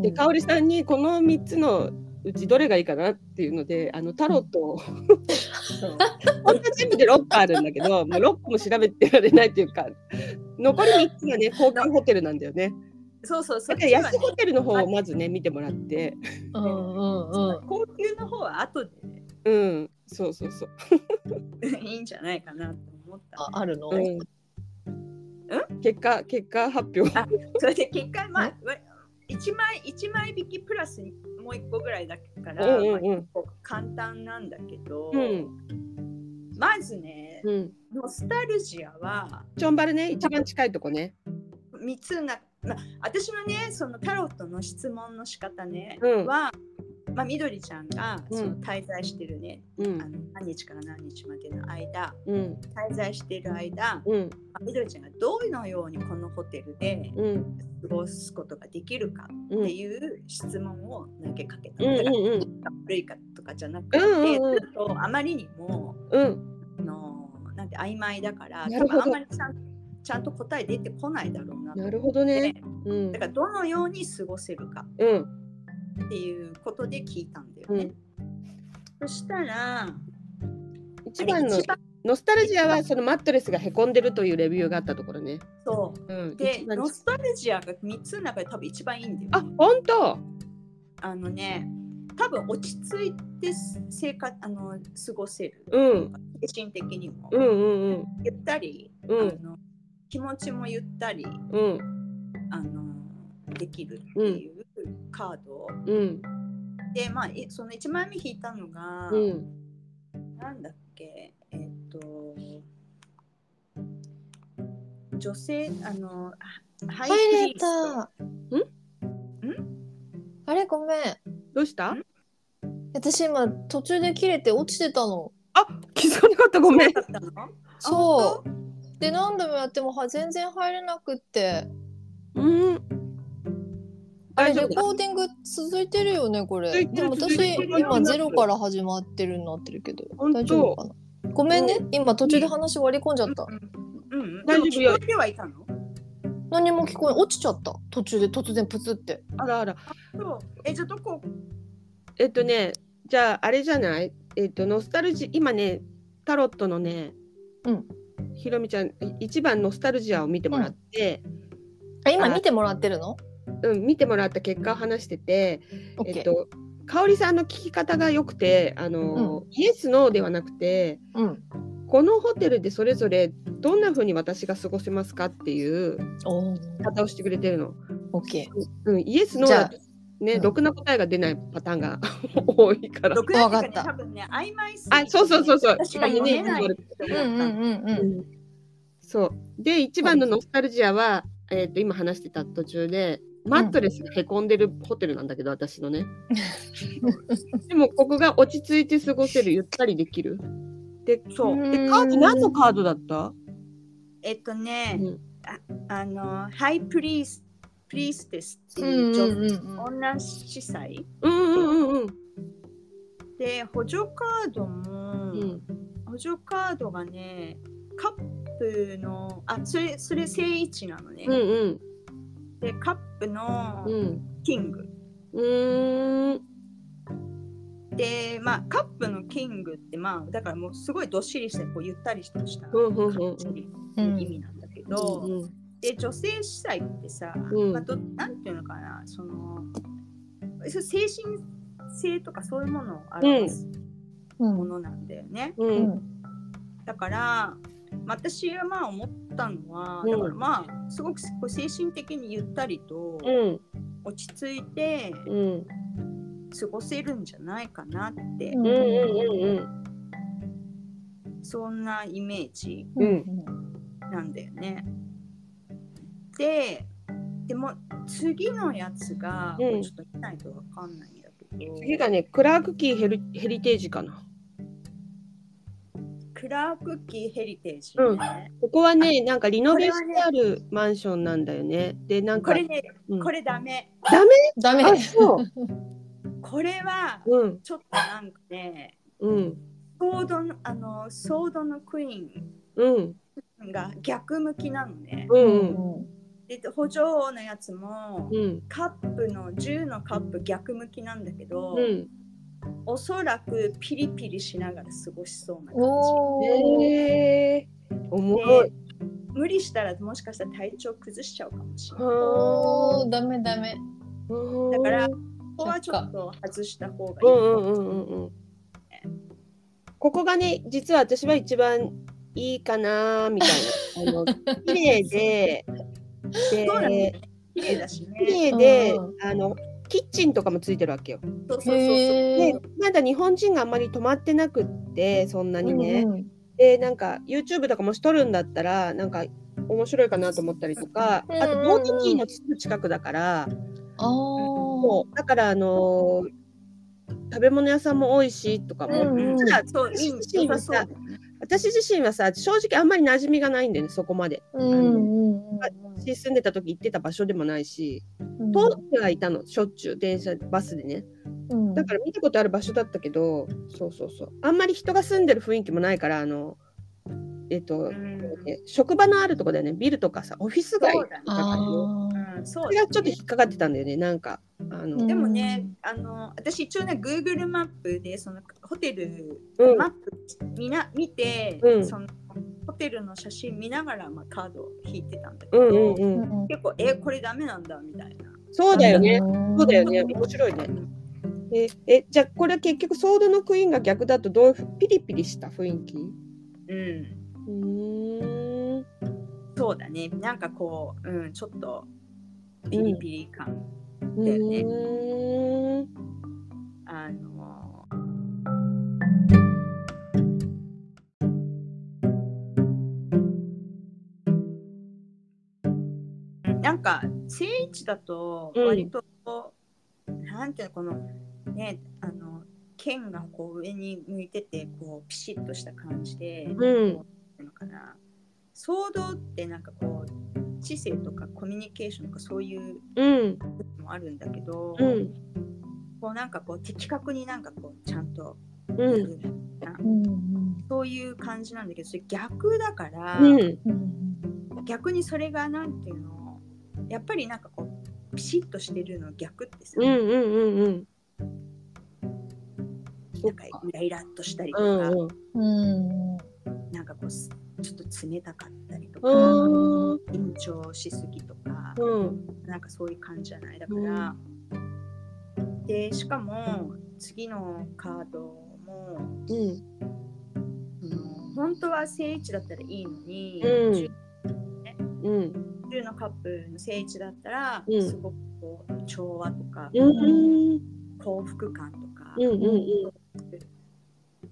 [SPEAKER 3] で香織さんにこの3つのうちどれがいいかなっていうのであのタロット を
[SPEAKER 1] そう
[SPEAKER 3] 本当は全部で6個あるんだけど、まあ、6個も調べてられないというか残り3つ がね高級ホテルなんだよね。
[SPEAKER 1] そうそうそ
[SPEAKER 3] だ
[SPEAKER 1] っ
[SPEAKER 3] から
[SPEAKER 1] ちは
[SPEAKER 3] 安
[SPEAKER 1] ね
[SPEAKER 3] いホテルの方をまずね見てもらって
[SPEAKER 2] うんうんうん。
[SPEAKER 1] 高級の方は後で
[SPEAKER 3] うんそうそうそう。
[SPEAKER 1] いいんじゃないかなと思った。
[SPEAKER 2] ああるの。
[SPEAKER 3] うん、結果結果発表
[SPEAKER 1] それで結果まあ一枚一枚引きプラスもう一個ぐらいだから、
[SPEAKER 3] うんうんうん
[SPEAKER 1] まあ結構簡単なんだけど、
[SPEAKER 3] うん
[SPEAKER 1] まずね、
[SPEAKER 3] うん
[SPEAKER 1] ノスタルジアは
[SPEAKER 3] チョンバルね一番近いとこね
[SPEAKER 1] 三つな、まあ、私のねそのタロットの質問の仕方ね、
[SPEAKER 3] うん
[SPEAKER 1] は。まあ、みどりちゃんが
[SPEAKER 3] うん
[SPEAKER 1] その滞在してるね、
[SPEAKER 3] う
[SPEAKER 1] あ
[SPEAKER 3] ん
[SPEAKER 1] の何日から何日までの間
[SPEAKER 3] うん
[SPEAKER 1] 滞在している間
[SPEAKER 3] うん
[SPEAKER 1] まあみどりちゃんがどのようにこのホテルで
[SPEAKER 3] うん
[SPEAKER 1] 過ごすことができるか
[SPEAKER 3] う
[SPEAKER 1] っ
[SPEAKER 3] ん
[SPEAKER 1] ていう質問を投げかけた
[SPEAKER 3] うん
[SPEAKER 1] の。だからいい
[SPEAKER 3] うん
[SPEAKER 1] か悪いかとかじゃなくて、
[SPEAKER 3] うんうんうん
[SPEAKER 1] ちょっとあまりにも
[SPEAKER 3] うん
[SPEAKER 1] あのなんて曖昧だから、
[SPEAKER 3] な
[SPEAKER 1] 多
[SPEAKER 3] るほ
[SPEAKER 1] 分
[SPEAKER 3] ど
[SPEAKER 1] あんまりちゃんちゃんと答え出てこないだろうなと思
[SPEAKER 3] な
[SPEAKER 1] って
[SPEAKER 3] るほどねうん
[SPEAKER 1] だからどのように過ごせるか
[SPEAKER 3] うん
[SPEAKER 1] っていうことで聞いたんだよ
[SPEAKER 3] う
[SPEAKER 1] ね。
[SPEAKER 3] ん
[SPEAKER 1] そしたら
[SPEAKER 3] 一番の
[SPEAKER 1] 一番
[SPEAKER 3] ノスタルジアはそのマットレスがへこんでるというレビューがあったところね
[SPEAKER 1] そ
[SPEAKER 3] うん
[SPEAKER 1] うで
[SPEAKER 3] 一番
[SPEAKER 1] ノスタルジアが3つの中で多分一番いいんだよ、ね。
[SPEAKER 3] あ本当
[SPEAKER 1] あのね多分落ち着いて生活あの過ごせる、
[SPEAKER 3] うん
[SPEAKER 1] 精神的にも、
[SPEAKER 3] うんうん
[SPEAKER 1] ゆったり、
[SPEAKER 3] うん
[SPEAKER 1] あの気持ちもゆったり
[SPEAKER 3] うん
[SPEAKER 1] あのできるっていうカード
[SPEAKER 3] うんうん
[SPEAKER 1] で、まあ、いその1枚目引いたのが、
[SPEAKER 3] うん
[SPEAKER 1] なんだっけえっ、と女性あのハイ
[SPEAKER 2] 入
[SPEAKER 1] プ
[SPEAKER 2] れ
[SPEAKER 1] リース
[SPEAKER 2] た。あれごめん。
[SPEAKER 3] どうした
[SPEAKER 1] ん
[SPEAKER 2] 私今途中で切れて落ちてたの。
[SPEAKER 3] あ気づかなかったごめん
[SPEAKER 1] トだったの
[SPEAKER 2] そで何度もやってもは全然入れなくって。
[SPEAKER 3] うん
[SPEAKER 2] あれ
[SPEAKER 3] 大丈
[SPEAKER 2] レ
[SPEAKER 3] 夫だ
[SPEAKER 2] コーディング続いてるよねこ
[SPEAKER 3] 続
[SPEAKER 2] れ。
[SPEAKER 3] いて
[SPEAKER 2] で
[SPEAKER 3] る
[SPEAKER 2] も
[SPEAKER 3] 続い
[SPEAKER 2] 私
[SPEAKER 3] てる
[SPEAKER 2] 今ゼロから始まってるなってるけど
[SPEAKER 3] 本当
[SPEAKER 2] 大丈夫かな。ごめんね、今途中で話割り込んじゃった。
[SPEAKER 1] うんうん、
[SPEAKER 3] 大丈夫
[SPEAKER 1] でも聞こ
[SPEAKER 3] よ
[SPEAKER 1] えてはいたの
[SPEAKER 2] 何も聞こえ落ちちゃった途中で突然プツって。
[SPEAKER 3] あらあら
[SPEAKER 1] そうえじゃあどこ
[SPEAKER 3] えっとね、じゃああれじゃないえっと、ノスタルジー、今ね、タロットのね、
[SPEAKER 2] うん
[SPEAKER 3] ひろみちゃん、1番ノスタルジアを見てもらって、
[SPEAKER 2] あ今
[SPEAKER 3] あ
[SPEAKER 2] 見てもらってるの
[SPEAKER 3] うん、見てもらった結果を話してて、
[SPEAKER 2] オッ
[SPEAKER 3] え
[SPEAKER 2] ケ
[SPEAKER 3] っ
[SPEAKER 2] ー。
[SPEAKER 3] と、香織さんの聞き方が良くて、あの、イエス、ノーではなくて、
[SPEAKER 2] うん。
[SPEAKER 3] このホテルでそれぞれどんな風に私が過ごせますかっていう
[SPEAKER 2] おー
[SPEAKER 3] 方をしてくれてるの。
[SPEAKER 2] オッケー。
[SPEAKER 3] うん、イエス、ノー
[SPEAKER 2] じゃ
[SPEAKER 3] だ
[SPEAKER 2] あ
[SPEAKER 3] とね、
[SPEAKER 2] うん
[SPEAKER 3] ろくな答えが出ないパターンが 多いから。
[SPEAKER 1] 六月
[SPEAKER 2] わかった
[SPEAKER 1] 多分ね曖昧すぎて
[SPEAKER 3] あ、そうそうそうそう。
[SPEAKER 1] 確かに
[SPEAKER 2] ね
[SPEAKER 1] 見えないって思った
[SPEAKER 2] うんう
[SPEAKER 3] うんそうで一番のノスタルジアは、えー、と今話してた途中でマットレスがへこんでるホテルなんだけど、私のねでもここが落ち着いて過ごせるゆったりできるでそう
[SPEAKER 2] うー
[SPEAKER 3] で
[SPEAKER 2] ん
[SPEAKER 3] カード何のカードだった
[SPEAKER 1] えっとね、
[SPEAKER 3] うん
[SPEAKER 1] ああのハイプリースプリーステスって
[SPEAKER 2] う
[SPEAKER 1] い
[SPEAKER 2] ん
[SPEAKER 1] う
[SPEAKER 2] う
[SPEAKER 1] 女、
[SPEAKER 2] んうんうん
[SPEAKER 1] 女司祭
[SPEAKER 3] うんうんうん
[SPEAKER 1] で補助カードも、
[SPEAKER 3] うん
[SPEAKER 1] 補助カードがねカップのあそれそれ正位置なのね、
[SPEAKER 3] うんうん
[SPEAKER 1] でカップの
[SPEAKER 3] うん
[SPEAKER 1] キング、
[SPEAKER 3] うーん
[SPEAKER 1] でまあカップのキングってまあだからもうすごいどっしりしてこうゆったりとした
[SPEAKER 3] うんうんうん
[SPEAKER 1] 感じっていう意味なんだけど、で女性司祭ってさ、
[SPEAKER 3] うん
[SPEAKER 1] まあ、どなんていうのかなそのそう精神性とかそういうものを表す
[SPEAKER 2] う
[SPEAKER 1] も
[SPEAKER 2] ん
[SPEAKER 1] のなんだよね、
[SPEAKER 3] うんうん
[SPEAKER 1] だからまあ私はまあ思ったのは、
[SPEAKER 3] うん
[SPEAKER 1] だからまあすごくこう精神的にゆったりと
[SPEAKER 3] うん
[SPEAKER 1] 落ち着いて
[SPEAKER 3] うん
[SPEAKER 1] 過ごせるんじゃないかなって、
[SPEAKER 2] うん
[SPEAKER 3] うんうん
[SPEAKER 1] そんなイメージ
[SPEAKER 2] うん
[SPEAKER 3] うん
[SPEAKER 1] なんだよね。ででも次のやつが、
[SPEAKER 3] うん
[SPEAKER 1] これちょっと見ないとわかんないんだけど
[SPEAKER 3] 次がねクラークキーヘルヘリテージかな
[SPEAKER 1] クラークキーヘリテージ、
[SPEAKER 3] う
[SPEAKER 1] ね
[SPEAKER 3] ここはねなんかリノベしてあるマンションなんだよねでなん
[SPEAKER 1] こ
[SPEAKER 3] か
[SPEAKER 1] れね、
[SPEAKER 3] うん
[SPEAKER 1] これダメ
[SPEAKER 2] ダメ
[SPEAKER 3] あそう
[SPEAKER 1] これは
[SPEAKER 3] うん
[SPEAKER 1] ちょっとなんかね
[SPEAKER 3] うん
[SPEAKER 1] ソードのあのソードのクイー
[SPEAKER 3] うん
[SPEAKER 1] ンが逆向きなのね
[SPEAKER 3] う
[SPEAKER 2] うん
[SPEAKER 1] で補助王のやつも
[SPEAKER 3] うん
[SPEAKER 1] カップの10のカップ逆向きなんだけど、
[SPEAKER 3] うん
[SPEAKER 1] おそらくピリピリしながら過ごしそうな感じ
[SPEAKER 2] おー
[SPEAKER 3] えー、おもろい。
[SPEAKER 1] 無理したらもしかしたら体調崩しちゃうかもしれない。
[SPEAKER 2] おーダメダメ
[SPEAKER 1] だから
[SPEAKER 3] う
[SPEAKER 1] ここはちょっと外した方がいい。
[SPEAKER 3] んうんうんうんうん。ここがね、実は私は一番いいかなーみたい な。あの綺麗で、
[SPEAKER 1] そうなんだよ
[SPEAKER 3] で
[SPEAKER 1] ね。綺麗だし
[SPEAKER 3] 綺
[SPEAKER 1] ね。
[SPEAKER 3] 麗で、
[SPEAKER 2] うん
[SPEAKER 3] あのキッチンとかもついてるわけよ。
[SPEAKER 1] そうそうそう
[SPEAKER 2] へ
[SPEAKER 3] で
[SPEAKER 2] ー、
[SPEAKER 3] まだ日本人があんまり泊まってなくって、そんなにね。
[SPEAKER 2] うんうん
[SPEAKER 3] でなんか YouTube とかもし撮るんだったらなんか面白いかなと思ったりとか、
[SPEAKER 2] うんうんうん
[SPEAKER 3] あとボートキーのすぐ近くだから、
[SPEAKER 2] あー
[SPEAKER 3] そうだからあのー食べ物屋さんも多いしとかも、
[SPEAKER 1] そう。
[SPEAKER 2] うん
[SPEAKER 1] うん、じゃあそういい
[SPEAKER 3] シーン
[SPEAKER 1] 良
[SPEAKER 3] が
[SPEAKER 1] さそうだ
[SPEAKER 3] さ
[SPEAKER 1] ね。
[SPEAKER 3] 私自身はさ正直あんまり馴染みがないんだよねそこまで
[SPEAKER 2] うんうんうん
[SPEAKER 3] 私住んでた時行ってた場所でもないし
[SPEAKER 2] うん
[SPEAKER 3] 遠くはいたのしょっちゅう電車バスでね
[SPEAKER 2] うん
[SPEAKER 3] だから見たことある場所だったけどそうそうそうあんまり人が住んでる雰囲気もないからあのえっと、
[SPEAKER 1] うん
[SPEAKER 3] ね職場のあるとこだよねビルとかさオフィス街
[SPEAKER 1] そうだね。
[SPEAKER 3] だからよ
[SPEAKER 2] あー
[SPEAKER 1] うん、そう
[SPEAKER 3] そ
[SPEAKER 1] だ
[SPEAKER 3] れ
[SPEAKER 1] ね
[SPEAKER 3] がちょっと引っかかってたんだよねなんかあの、
[SPEAKER 1] でもね、あの私一応ね、Google マップでそのホテル
[SPEAKER 3] うん
[SPEAKER 1] マップみな見て、
[SPEAKER 3] うん
[SPEAKER 1] そのホテルの写真見ながらまあカードを引いてたんだけ
[SPEAKER 3] う
[SPEAKER 1] ど、
[SPEAKER 3] んうんうん、
[SPEAKER 1] 結構えこれダメなんだみたいな。
[SPEAKER 3] そうだよね、そうだよ
[SPEAKER 2] ね
[SPEAKER 3] ね面白いねええじゃあこれ結局ソードのクイーンが逆だとどういうふピリピリした雰囲気う
[SPEAKER 1] うん。
[SPEAKER 3] ーん
[SPEAKER 1] そうだね。なんかこう、うん、ちょっとピリピリ感。だよね
[SPEAKER 3] うーん
[SPEAKER 1] あのーなんか聖地だと
[SPEAKER 3] うん
[SPEAKER 1] 割と、なんていうのこのねあの剣がこう上に向いててこうピシッとした感じで、
[SPEAKER 3] ん
[SPEAKER 1] こうなんかな騒動ってなんかこう知性とかコミュニケーションとかそういう
[SPEAKER 3] うん
[SPEAKER 1] のもあるんだけど、
[SPEAKER 3] うん
[SPEAKER 1] こうなんかこう的確になんかこうちゃんと
[SPEAKER 3] う
[SPEAKER 1] や
[SPEAKER 3] ん
[SPEAKER 1] るみたいな
[SPEAKER 2] うんうん
[SPEAKER 1] そういう感じなんだけどそれ逆だから、
[SPEAKER 3] うん
[SPEAKER 2] うん
[SPEAKER 1] 逆にそれがなんていうのやっぱりなんかこうピシッとしてるの逆ってさ、
[SPEAKER 3] うんうんうんうん
[SPEAKER 1] なんかイライラっとしたりと
[SPEAKER 3] う
[SPEAKER 1] か、
[SPEAKER 3] んうん
[SPEAKER 2] うん
[SPEAKER 1] なんかこうすちょっと冷たかったりと
[SPEAKER 3] う
[SPEAKER 1] か、
[SPEAKER 3] ん
[SPEAKER 1] 緊張しすぎとか、
[SPEAKER 3] うん
[SPEAKER 1] なんかそういう感じじゃないだから、でしかも次のカードも
[SPEAKER 3] うん
[SPEAKER 1] うん本当は正位置だったらいいのに、
[SPEAKER 3] うんうん
[SPEAKER 1] 10のカップの聖地だったら、
[SPEAKER 3] うん
[SPEAKER 1] すごくこう調和とか、
[SPEAKER 3] うんうん
[SPEAKER 1] 幸福感とか、
[SPEAKER 3] うんうん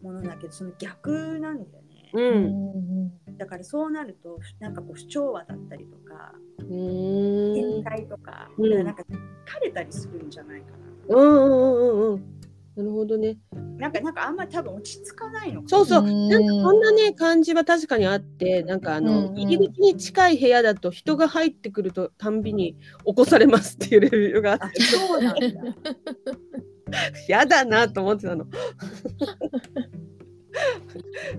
[SPEAKER 1] ものだけどその逆なんだよね、
[SPEAKER 3] う
[SPEAKER 2] うんん
[SPEAKER 1] だからそうなるとなんかこう不調和だったりとか
[SPEAKER 3] うー
[SPEAKER 1] 天
[SPEAKER 3] ん
[SPEAKER 1] 体とか、
[SPEAKER 3] うん
[SPEAKER 1] なんか疲れたりするんじゃないかな、
[SPEAKER 3] うんうんうんうんうんなるほどね。
[SPEAKER 1] なんかなんかあんま多分落ち着かないのか
[SPEAKER 3] そうそう、
[SPEAKER 2] うん
[SPEAKER 3] なんかこんなね感じは確かにあってなんかあ
[SPEAKER 2] うん
[SPEAKER 3] の、
[SPEAKER 2] うん
[SPEAKER 3] 入り口に近い部屋だと人が入ってくるとたんびに起こされますっていうレビューがあ
[SPEAKER 1] あそうなんだ
[SPEAKER 3] ってやだなと思ってたの。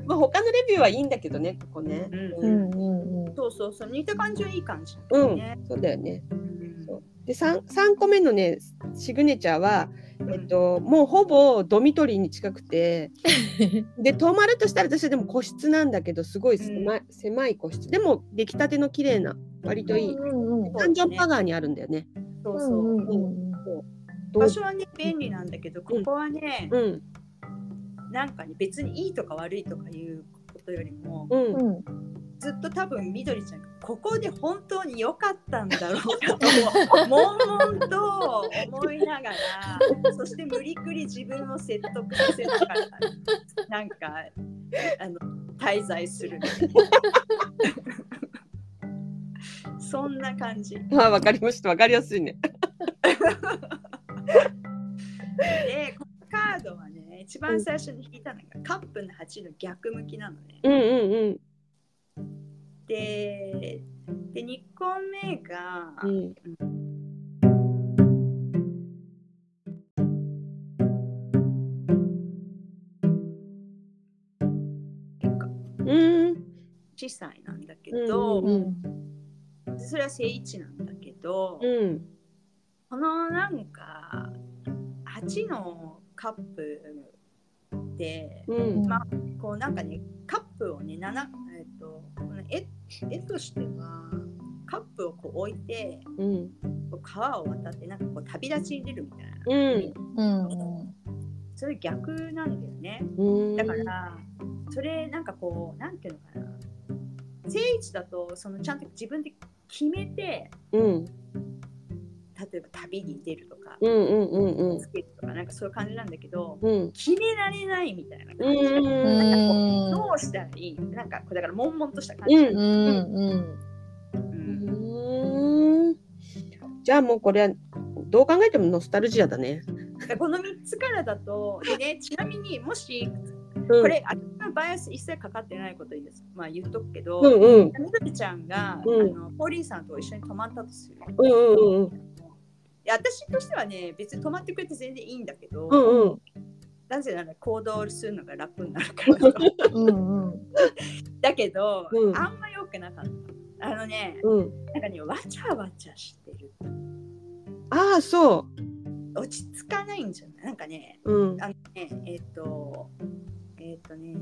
[SPEAKER 3] まあ他のレビューはいいんだけどねここね。
[SPEAKER 1] うん
[SPEAKER 2] う
[SPEAKER 3] うん
[SPEAKER 2] んうんうん。
[SPEAKER 1] そうそうそう似た感じはいい感じだ
[SPEAKER 3] う
[SPEAKER 1] よ
[SPEAKER 3] ん
[SPEAKER 1] ね、
[SPEAKER 3] そうだよね。
[SPEAKER 1] うん
[SPEAKER 3] そうで 3, 三個目のねシグネチャーは、えっと、もうほぼドミトリーに近くてで泊まるとしたら私はでも個室なんだけどすごい狭い,、狭い個室でも出来たての綺麗な割といい
[SPEAKER 2] うんう
[SPEAKER 1] そ
[SPEAKER 2] ん。
[SPEAKER 1] う
[SPEAKER 3] ダンジョンパガーにあるんだよね。
[SPEAKER 1] そう
[SPEAKER 2] う
[SPEAKER 1] そう、
[SPEAKER 2] んうんうんうん。
[SPEAKER 3] ど
[SPEAKER 1] 場
[SPEAKER 3] う
[SPEAKER 1] 所はね便利なんだけどここはね、
[SPEAKER 3] うん
[SPEAKER 1] なんかね別にいいとか悪いとかいうことよりも、
[SPEAKER 3] うん、
[SPEAKER 2] うん
[SPEAKER 1] ずっと多分みどりちゃんがここで本当に良かったんだろう かと悶々と思いながらそして無理くり自分を説得させながらなんかあの滞在する そんな感じ
[SPEAKER 3] ああわかりましたわかりやすいね。
[SPEAKER 1] でこのカードはね一番最初に引いたのがカップの8の逆向きなのね。
[SPEAKER 3] うんうんうん
[SPEAKER 1] でで2個目が、
[SPEAKER 3] うんうん
[SPEAKER 1] 小さいなんだけど、
[SPEAKER 3] うん
[SPEAKER 1] それは正位置なんだけど、
[SPEAKER 3] うん
[SPEAKER 1] このなんか8のカップで、
[SPEAKER 3] うん
[SPEAKER 1] まあこうなんかねカップをね七えっとこの絵絵としてはカップをこう置いて
[SPEAKER 3] うん
[SPEAKER 1] こう川を渡ってなんかこう旅立ちに出るみたいな、
[SPEAKER 3] うん
[SPEAKER 2] うんうん
[SPEAKER 1] それ逆なんだよね。
[SPEAKER 3] うん
[SPEAKER 1] だから、それなんかこうなんていうのかな正位置だとそのちゃんと自分で決めて
[SPEAKER 3] うん
[SPEAKER 1] 例えば旅に出るとか、
[SPEAKER 3] うんうんうんうん
[SPEAKER 1] つけるとかなんかそういう感じなんだけど
[SPEAKER 3] うん
[SPEAKER 1] 決められないみたいな
[SPEAKER 3] う
[SPEAKER 1] 感じで、
[SPEAKER 3] ん
[SPEAKER 1] どうしたらいいなんかこうだから悶々とした感
[SPEAKER 3] う
[SPEAKER 1] じ、
[SPEAKER 3] ん
[SPEAKER 2] うんうん。
[SPEAKER 1] うん
[SPEAKER 3] うんじゃあもうこれはどう考えてもノスタルジアだね。
[SPEAKER 1] だからこの3つからだとで、ね、ちなみにもし
[SPEAKER 3] うん、
[SPEAKER 1] これ、あのバイアス一切かかってないことにです、まあ、言っとくけど、
[SPEAKER 3] うんうん
[SPEAKER 1] みどりちゃんが、
[SPEAKER 3] うん
[SPEAKER 1] あのポーリーさんと一緒に泊まったとする。
[SPEAKER 3] うんうんうん
[SPEAKER 1] いや私としてはね別に泊まってくれて全然いいんだけど、
[SPEAKER 3] うんうん
[SPEAKER 1] なぜなら行動するのが楽になるから
[SPEAKER 2] うんうん。
[SPEAKER 1] だけど、
[SPEAKER 3] うん
[SPEAKER 1] あんま良くなかったあのね
[SPEAKER 3] うん
[SPEAKER 1] なんかねわちゃわちゃしてる
[SPEAKER 3] ああそ
[SPEAKER 1] 落ち着かないんじゃないなんかね
[SPEAKER 3] う。うん
[SPEAKER 1] あのねえっ、とえっ、とね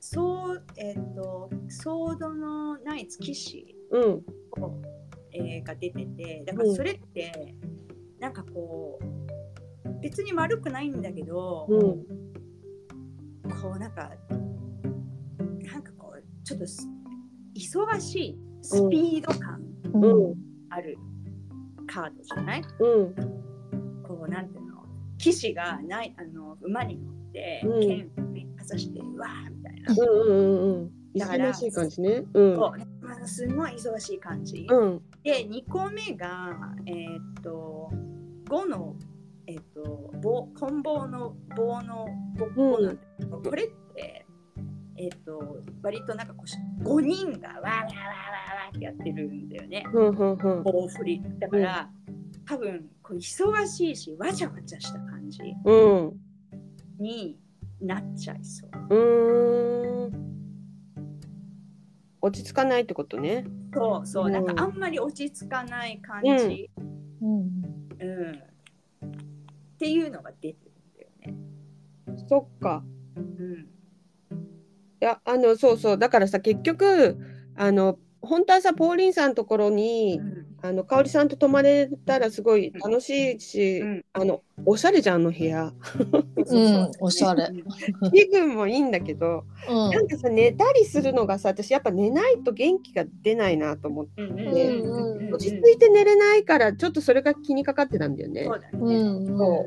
[SPEAKER 1] そうえっ、とソードのナイツ騎士
[SPEAKER 3] うん
[SPEAKER 1] えーが出ててだからそれって、なんかこう別に悪くないんだけど、
[SPEAKER 3] うん
[SPEAKER 1] こうなんかなんかこうちょっとす忙しいスピード感
[SPEAKER 3] うん
[SPEAKER 1] あるカードじゃない、
[SPEAKER 3] うん
[SPEAKER 1] こうなんていうの騎士がないあの馬に乗って
[SPEAKER 3] うん
[SPEAKER 1] 剣をかざしてうわーみたいな、
[SPEAKER 3] うんうんうんうん。
[SPEAKER 1] だから
[SPEAKER 3] 忙しい感じね。うん。
[SPEAKER 1] こうまあすごい忙しい感じ、
[SPEAKER 3] うん。
[SPEAKER 1] で2個目がえーっと5のえーっと棒棍棒の棒の棒棒なんだけど、これってえーっと割となんかこうし5人がわーわーわーわーわーってやってるんだよね
[SPEAKER 3] うんうんうん
[SPEAKER 1] 棒振りだから、多分こう忙しいしわちゃわちゃした感じ
[SPEAKER 3] うん。う
[SPEAKER 1] になっちゃいそう
[SPEAKER 3] ーん。落ち着かないってことね。
[SPEAKER 1] そうそう、
[SPEAKER 3] うん
[SPEAKER 1] なんかあんまり落ち着かない感じ、
[SPEAKER 2] うん
[SPEAKER 1] うんっていうのが出てるん
[SPEAKER 3] そっか。
[SPEAKER 1] だよね。
[SPEAKER 3] いやあのそうそうだからさ結局あの本当はさポーリンさんのところに
[SPEAKER 1] うんうん
[SPEAKER 3] あの香織さんと泊まれたらすごい楽しいし、
[SPEAKER 1] うん
[SPEAKER 3] あのおしゃれじゃんあの部屋。
[SPEAKER 2] うんおしゃれ
[SPEAKER 1] うん
[SPEAKER 3] 気分もいいんだけど、なんかさ寝たりするのがさ私やっぱ寝ないと元気が出ないなと思って。
[SPEAKER 1] うん
[SPEAKER 2] うんうん
[SPEAKER 3] 落ち着いて寝れないからちょっとそれが気にかかってたんだよね
[SPEAKER 1] そうだ
[SPEAKER 2] う
[SPEAKER 1] ね。
[SPEAKER 2] ん
[SPEAKER 1] そ
[SPEAKER 2] うん
[SPEAKER 1] う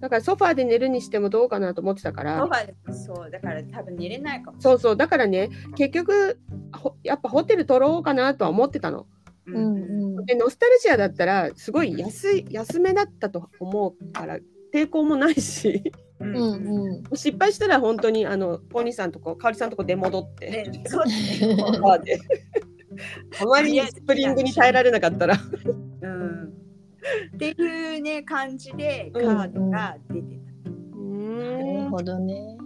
[SPEAKER 3] だからソファーで寝るにしてもどうかなと思ってたか
[SPEAKER 1] ソ
[SPEAKER 3] ら
[SPEAKER 1] ファでそうだから多分寝れないかも。
[SPEAKER 3] そうそうだからね結局ほやっぱホテル取ろうかなとは思ってたの
[SPEAKER 1] う
[SPEAKER 2] うん
[SPEAKER 1] ん
[SPEAKER 2] うん
[SPEAKER 3] でノスタルジアだったらすごい安い安めだったと思うから抵抗もないし
[SPEAKER 1] うん
[SPEAKER 2] うん
[SPEAKER 1] うん
[SPEAKER 2] うん。
[SPEAKER 3] 失敗したら本当にあのポニーさんとこ香織さんとこ出戻っ
[SPEAKER 1] ね
[SPEAKER 3] て、
[SPEAKER 1] そうですね
[SPEAKER 3] バーであまりにスプリングに耐えられなかったら
[SPEAKER 1] うんっていうね感じでカ
[SPEAKER 3] うん
[SPEAKER 1] ードが出てた。
[SPEAKER 2] なるほどね。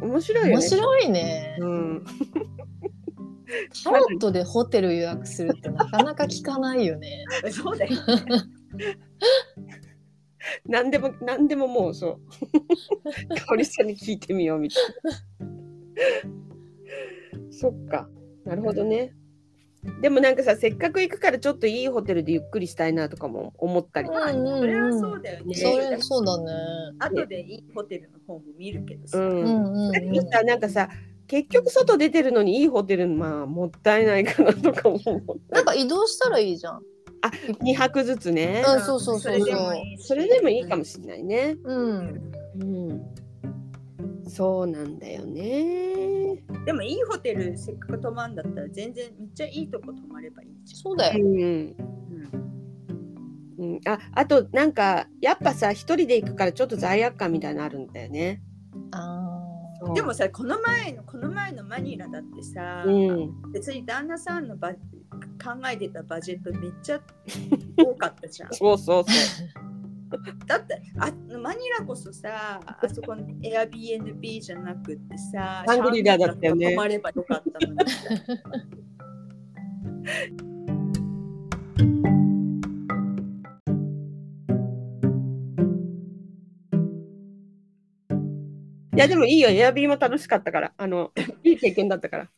[SPEAKER 3] 面白いよね
[SPEAKER 2] 面白いね。
[SPEAKER 3] うん、
[SPEAKER 2] タロットでホテル予約するってなかなか聞かないよね。
[SPEAKER 1] そうだよ。
[SPEAKER 3] 何でも何でももうそう香織さんに聞いてみようみたいなそっかなるほどねでもなんかさせっかく行くからちょっといいホテルでゆっくりしたいなとかも思ったりとか
[SPEAKER 2] うんうんうん
[SPEAKER 1] それはそうだよね。
[SPEAKER 2] それそうだね。
[SPEAKER 1] 後でいいホテルの方も見るけど
[SPEAKER 3] う
[SPEAKER 1] さ。
[SPEAKER 2] うんんうん
[SPEAKER 3] だけ
[SPEAKER 2] う。
[SPEAKER 3] どさなんかさ結局外出てるのにいいホテルまあもったいないかなとかも思うん
[SPEAKER 2] なんか移動したらいいじゃん。
[SPEAKER 3] あ2泊ずつね
[SPEAKER 2] うんそうそうそうそう
[SPEAKER 1] れでもいいし
[SPEAKER 3] それでもいいかもしれないね
[SPEAKER 2] うん。
[SPEAKER 3] うんそうなんだよね
[SPEAKER 1] でもいいホテルせっかく泊まんだったら全然めっちゃいいとこ泊まればいいじ
[SPEAKER 2] そうだ
[SPEAKER 3] う
[SPEAKER 2] よ。
[SPEAKER 3] ん
[SPEAKER 1] ゃん。
[SPEAKER 3] うん、ああとなんかやっぱさ一人で行くからちょっと罪悪感みたいなのあるんだよね。
[SPEAKER 2] あ
[SPEAKER 1] うんでもさこの前のこの前のマニラだってさ、
[SPEAKER 3] うん、
[SPEAKER 1] 別に旦那さんのバ考えてたバジェットめっちゃ多かった じゃん。
[SPEAKER 3] そうそうそ
[SPEAKER 1] だってあマニラこそさあそこの Airbnb じゃなくってさ
[SPEAKER 3] シャングリラだったよね
[SPEAKER 1] シャングリラとか泊まればよかったの に
[SPEAKER 3] う。いやでもいいよ、エアビーも楽しかったから、あのいい経験だったから。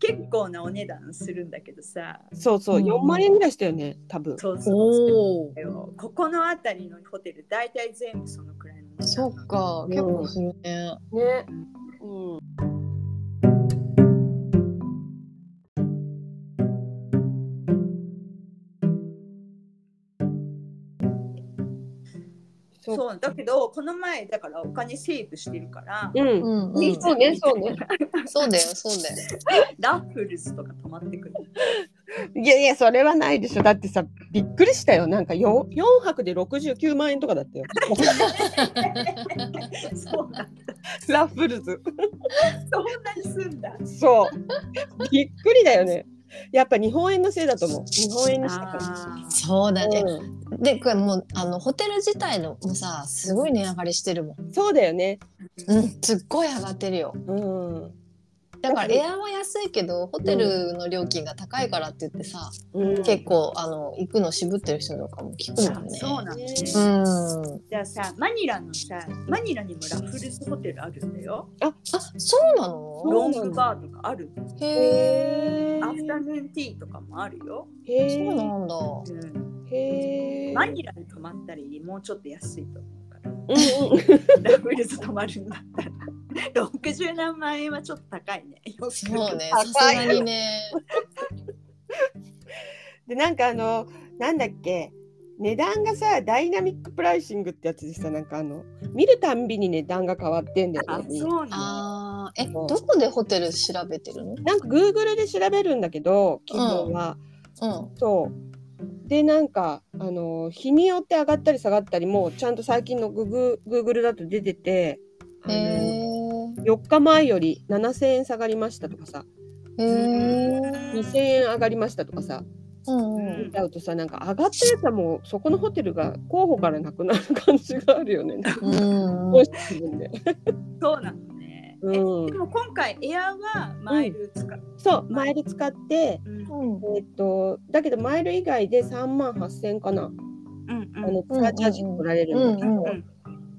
[SPEAKER 1] 結構なお値段するんだけどさ
[SPEAKER 3] そうそう、
[SPEAKER 2] うん
[SPEAKER 3] 4万円ぐらいしたよね、多分。
[SPEAKER 1] そう
[SPEAKER 2] ー
[SPEAKER 1] そうそう
[SPEAKER 2] おお
[SPEAKER 1] だ。よここの辺りのホテル大体全部そのくらいの値段な
[SPEAKER 2] そ
[SPEAKER 1] の
[SPEAKER 2] っか、結構するね。
[SPEAKER 3] ね。うん。
[SPEAKER 1] そう
[SPEAKER 3] そう。
[SPEAKER 1] だけどこの前だからお金セーブしてるから、
[SPEAKER 3] うん。
[SPEAKER 2] うん、う
[SPEAKER 1] い
[SPEAKER 2] ん
[SPEAKER 1] い、
[SPEAKER 3] そうね、そうね。
[SPEAKER 2] そうだよ、そうだよ。
[SPEAKER 1] ラッフルズとか泊まってくる
[SPEAKER 3] いやいや、それはないでしょ。だってさ、びっくりしたよ。なんか 4, 4泊で69万円とかだったよ。
[SPEAKER 1] そうなんだ
[SPEAKER 3] ラッフルズ。
[SPEAKER 1] そんなにすんだ
[SPEAKER 3] そう。びっくりだよね。やっぱ日本円のせいだと思う。日本円にしたか
[SPEAKER 1] あー
[SPEAKER 2] そうだね。
[SPEAKER 3] ら。うん
[SPEAKER 2] で、これもう、あの、ホテル自体の、もうさ、すごい値上がりしてるもん。
[SPEAKER 3] そうだよね。
[SPEAKER 2] うん、すっごい上がってるよ。
[SPEAKER 3] うん。うん。
[SPEAKER 2] だから、エアは安いけど、ホテルの料金が高いからって言ってさ、結構、あの、行くの渋ってる人とかも聞くもんね。
[SPEAKER 1] そうなんですね、
[SPEAKER 2] うん。
[SPEAKER 1] じゃあさマニラのさマニラにもラフルズホテルあるんだよ
[SPEAKER 2] あ、そうなの。
[SPEAKER 1] ロングバーとかある
[SPEAKER 2] へえ。
[SPEAKER 1] アフタヌーンティーとかもあるよ、
[SPEAKER 3] へえ
[SPEAKER 2] そうなんだ。
[SPEAKER 1] うん、
[SPEAKER 3] へえ。
[SPEAKER 1] マニラに泊まったりもうちょっと安いと思うから
[SPEAKER 3] うんうん。
[SPEAKER 1] ラフルズ泊まるんだったら60何万円はちょっと高いねよく
[SPEAKER 2] そうね、
[SPEAKER 3] 高
[SPEAKER 2] さ
[SPEAKER 3] い
[SPEAKER 2] すがにね。
[SPEAKER 3] で、なんかあの、なんだっけ。値段がさ、ダイナミックプライシングってやつでさ、なんかあの、見るたんびに値段が変わってんだ
[SPEAKER 1] あ
[SPEAKER 3] よね。
[SPEAKER 1] そうな
[SPEAKER 2] ああ、え、どこでホテル調べてるの。
[SPEAKER 3] なんか Google で調べるんだけど、基本は。
[SPEAKER 2] うん。
[SPEAKER 3] そう。で、なんか、あのー日によって上がったり下がったり、もうちゃんと最近のググ Google だと出てて、
[SPEAKER 2] へえ。
[SPEAKER 3] 4日前より7000円下がりましたとかさ、
[SPEAKER 2] へえ。
[SPEAKER 3] 2000円上がりましたとかさ、
[SPEAKER 2] うんう
[SPEAKER 1] うん
[SPEAKER 2] ん。
[SPEAKER 3] だとさ、なんか上がったやつはもうそこのホテルが候補からなくなる感じがあるよね。
[SPEAKER 2] うん
[SPEAKER 3] どうしてるんで
[SPEAKER 1] そうなのね、え
[SPEAKER 3] うん
[SPEAKER 1] でも今回エアはマイル使う、
[SPEAKER 3] そう、マイル使って、
[SPEAKER 1] うんうん
[SPEAKER 2] うん。
[SPEAKER 3] えっと、だけどマイル以外で3万8000円かな、
[SPEAKER 1] うん
[SPEAKER 3] あの、ツアーチャージ取られるんだけど、
[SPEAKER 2] うんうん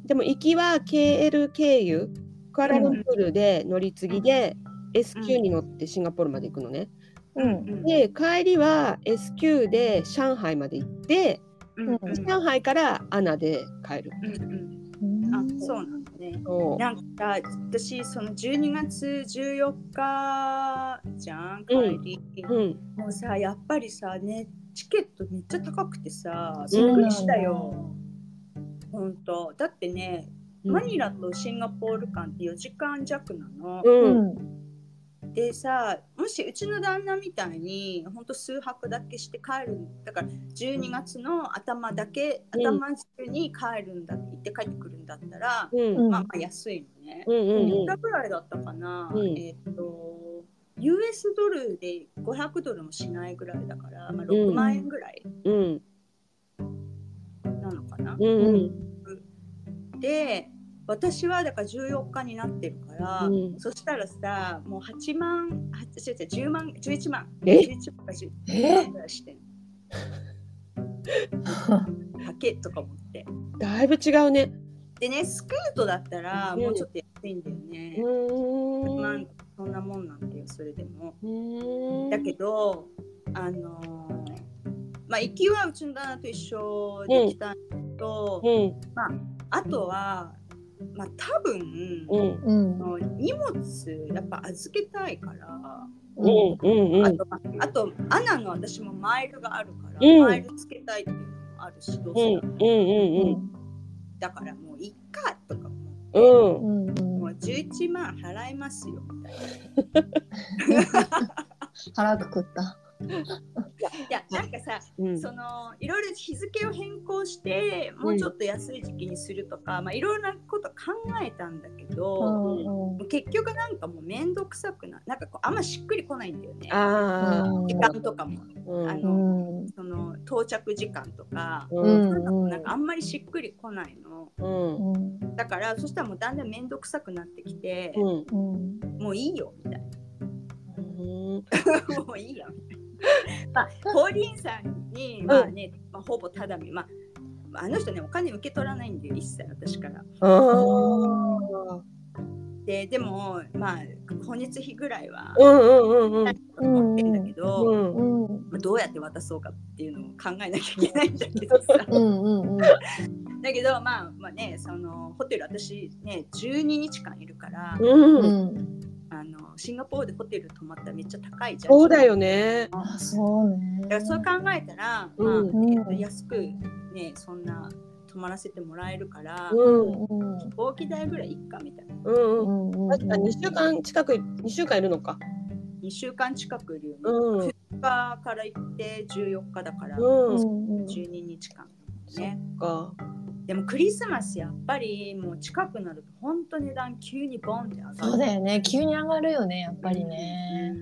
[SPEAKER 3] でも行きは KL 経由クアラルンプールで乗り継ぎで S q に乗ってシンガポールまで行くのね。
[SPEAKER 2] うん。
[SPEAKER 3] で帰りは S q で上海まで行って
[SPEAKER 1] うんうん
[SPEAKER 3] 上海からアナで帰る。
[SPEAKER 1] うん
[SPEAKER 2] うん
[SPEAKER 1] あそうなんだね
[SPEAKER 3] そう
[SPEAKER 1] なんか私その12月14日じゃん帰り、
[SPEAKER 3] うん、
[SPEAKER 1] もうさやっぱりさねチケットめっちゃ高くてさび
[SPEAKER 3] そうな
[SPEAKER 1] っ
[SPEAKER 3] ん
[SPEAKER 1] く
[SPEAKER 3] だ
[SPEAKER 1] りしたよ、ほんとだってねマニラとシンガポール間って4時間弱なの、
[SPEAKER 3] う
[SPEAKER 2] うんん。
[SPEAKER 1] でさもしうちの旦那みたいにほんと数泊だけして帰るだから12月の頭だけ
[SPEAKER 3] うん
[SPEAKER 1] 頭中に帰るんだ、行って帰ってくるんだったら、
[SPEAKER 3] うん
[SPEAKER 2] うん
[SPEAKER 1] まあまあ安いのね、
[SPEAKER 3] うんうん
[SPEAKER 1] いくらぐらいだったかな、
[SPEAKER 3] うん
[SPEAKER 1] えーっと US ドルで500ドルもしないぐらいだから、まあ、6万円ぐらい
[SPEAKER 3] うん
[SPEAKER 1] なのかな、
[SPEAKER 3] うんうん
[SPEAKER 1] で私はだから14日になってるから、
[SPEAKER 3] うん
[SPEAKER 1] そしたらさもう8万あ違う違う10万11万
[SPEAKER 3] え
[SPEAKER 1] 11万か10万ぐらいしてんだけとか思って
[SPEAKER 3] だいぶ違うね。
[SPEAKER 1] でねスクートだったら
[SPEAKER 3] うん
[SPEAKER 1] もうちょっと安いんだよね、
[SPEAKER 3] う
[SPEAKER 1] まあ
[SPEAKER 3] ーん
[SPEAKER 1] そんなもんなんだよそれでも
[SPEAKER 3] うーん
[SPEAKER 1] だけどあのーまあ行きはうちの旦那と一緒で来たのと、
[SPEAKER 3] うん
[SPEAKER 1] あとはまあ多分、
[SPEAKER 3] うん
[SPEAKER 2] うん
[SPEAKER 1] あの荷物やっぱ預けたいから、
[SPEAKER 3] うんうんうん
[SPEAKER 1] あとまあとアナの私もマイルがあるから、
[SPEAKER 3] うん
[SPEAKER 1] マイルつけたいっていうのもあるしどう
[SPEAKER 3] う
[SPEAKER 1] せ
[SPEAKER 3] ん
[SPEAKER 1] だから、だから
[SPEAKER 3] うん
[SPEAKER 1] もういっかとかも
[SPEAKER 3] うんうん
[SPEAKER 2] うんうん
[SPEAKER 1] もう11万払いますよみたいな。
[SPEAKER 2] 腹くくった。
[SPEAKER 1] いやなんかさ、
[SPEAKER 3] うん
[SPEAKER 1] そのいろいろ日付を変更してもうちょっと安い時期にするとか、まあいろんなこと考えたんだけど、
[SPEAKER 2] うんうん
[SPEAKER 1] 結局なんかもう面倒くさくななんかこうあんましっくりこないんだよね。
[SPEAKER 3] ああ
[SPEAKER 1] 時間とかも
[SPEAKER 3] うん
[SPEAKER 1] あの
[SPEAKER 2] うん
[SPEAKER 1] その到着時間とか、
[SPEAKER 3] うん
[SPEAKER 2] うん
[SPEAKER 1] なんかあんまりしっくりこないの
[SPEAKER 3] うん
[SPEAKER 2] うん
[SPEAKER 1] だからそしたらもうだんだん面倒くさくなってきて、
[SPEAKER 3] うん
[SPEAKER 2] うん
[SPEAKER 1] もういいよみたい
[SPEAKER 3] うん
[SPEAKER 1] なもういいよみたいなまあホーリンさんにまあね、まあ、ほぼただみまああの人ねお金受け取らないんで一切私から。ででもまあ今日日ぐらいは
[SPEAKER 3] うんうんうんう
[SPEAKER 1] 持
[SPEAKER 3] ん
[SPEAKER 1] ってんだけど、
[SPEAKER 3] うん
[SPEAKER 2] うん
[SPEAKER 1] まあどうやって渡そうかっていうのを考えなきゃいけないんだけど さ。
[SPEAKER 2] うんうんうん
[SPEAKER 1] だけどまあまあねそのホテル私ね12日間いるから、
[SPEAKER 3] うんうん
[SPEAKER 2] うん
[SPEAKER 1] あのシンガポールでホテル泊まったらめっちゃ高いじゃん。
[SPEAKER 3] そうだよね。
[SPEAKER 2] あそうね
[SPEAKER 1] だからそう考えたら、
[SPEAKER 3] うん
[SPEAKER 1] まあ
[SPEAKER 2] うん
[SPEAKER 1] えっと安くねそんな泊まらせてもらえるから、
[SPEAKER 3] う
[SPEAKER 2] うんんうん
[SPEAKER 1] 飛行機代ぐらいいっかみたいな
[SPEAKER 3] うんうん。
[SPEAKER 2] うんうん
[SPEAKER 3] 確か二週間近く二週間いるのか。
[SPEAKER 1] 2週間近くいるよね、
[SPEAKER 3] うん
[SPEAKER 1] 2日から行って14日だから、
[SPEAKER 2] う
[SPEAKER 3] うん。
[SPEAKER 2] んうん
[SPEAKER 1] 12日間ね
[SPEAKER 3] か。
[SPEAKER 1] でもクリスマスやっぱりもう近くなると本当値段急にボンって上がる
[SPEAKER 2] そうだよね急に上がるよねやっぱりね、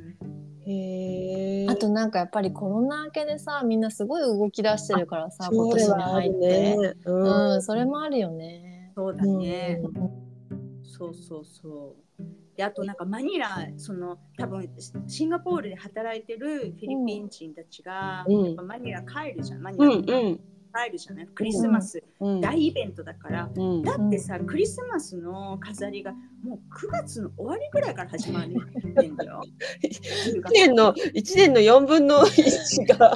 [SPEAKER 3] へえ。
[SPEAKER 2] あとなんかやっぱりコロナ明けでさみんなすごい動き出してるからさ今
[SPEAKER 3] そ
[SPEAKER 2] 年
[SPEAKER 3] れ
[SPEAKER 2] に
[SPEAKER 3] はあ
[SPEAKER 2] 入
[SPEAKER 3] る
[SPEAKER 2] っ
[SPEAKER 3] ね
[SPEAKER 2] て、。
[SPEAKER 3] うん。
[SPEAKER 2] うんそれもあるよね
[SPEAKER 1] そうだね、
[SPEAKER 3] うん
[SPEAKER 1] そうそうそう。であとなんかマニラその多分シンガポールで働いてるフィリピン人たちが、
[SPEAKER 3] うん
[SPEAKER 1] やっぱマニラ帰るじゃんマニ
[SPEAKER 3] う
[SPEAKER 1] ラ
[SPEAKER 3] ん
[SPEAKER 1] 帰るじゃない、クリスマス、
[SPEAKER 3] うん。
[SPEAKER 1] 大イベントだから、
[SPEAKER 3] うん。
[SPEAKER 1] だってさクリスマスの飾りがもう9月の終わりぐらいから始まるんだよ。10
[SPEAKER 3] 一年の一年の四分の一が。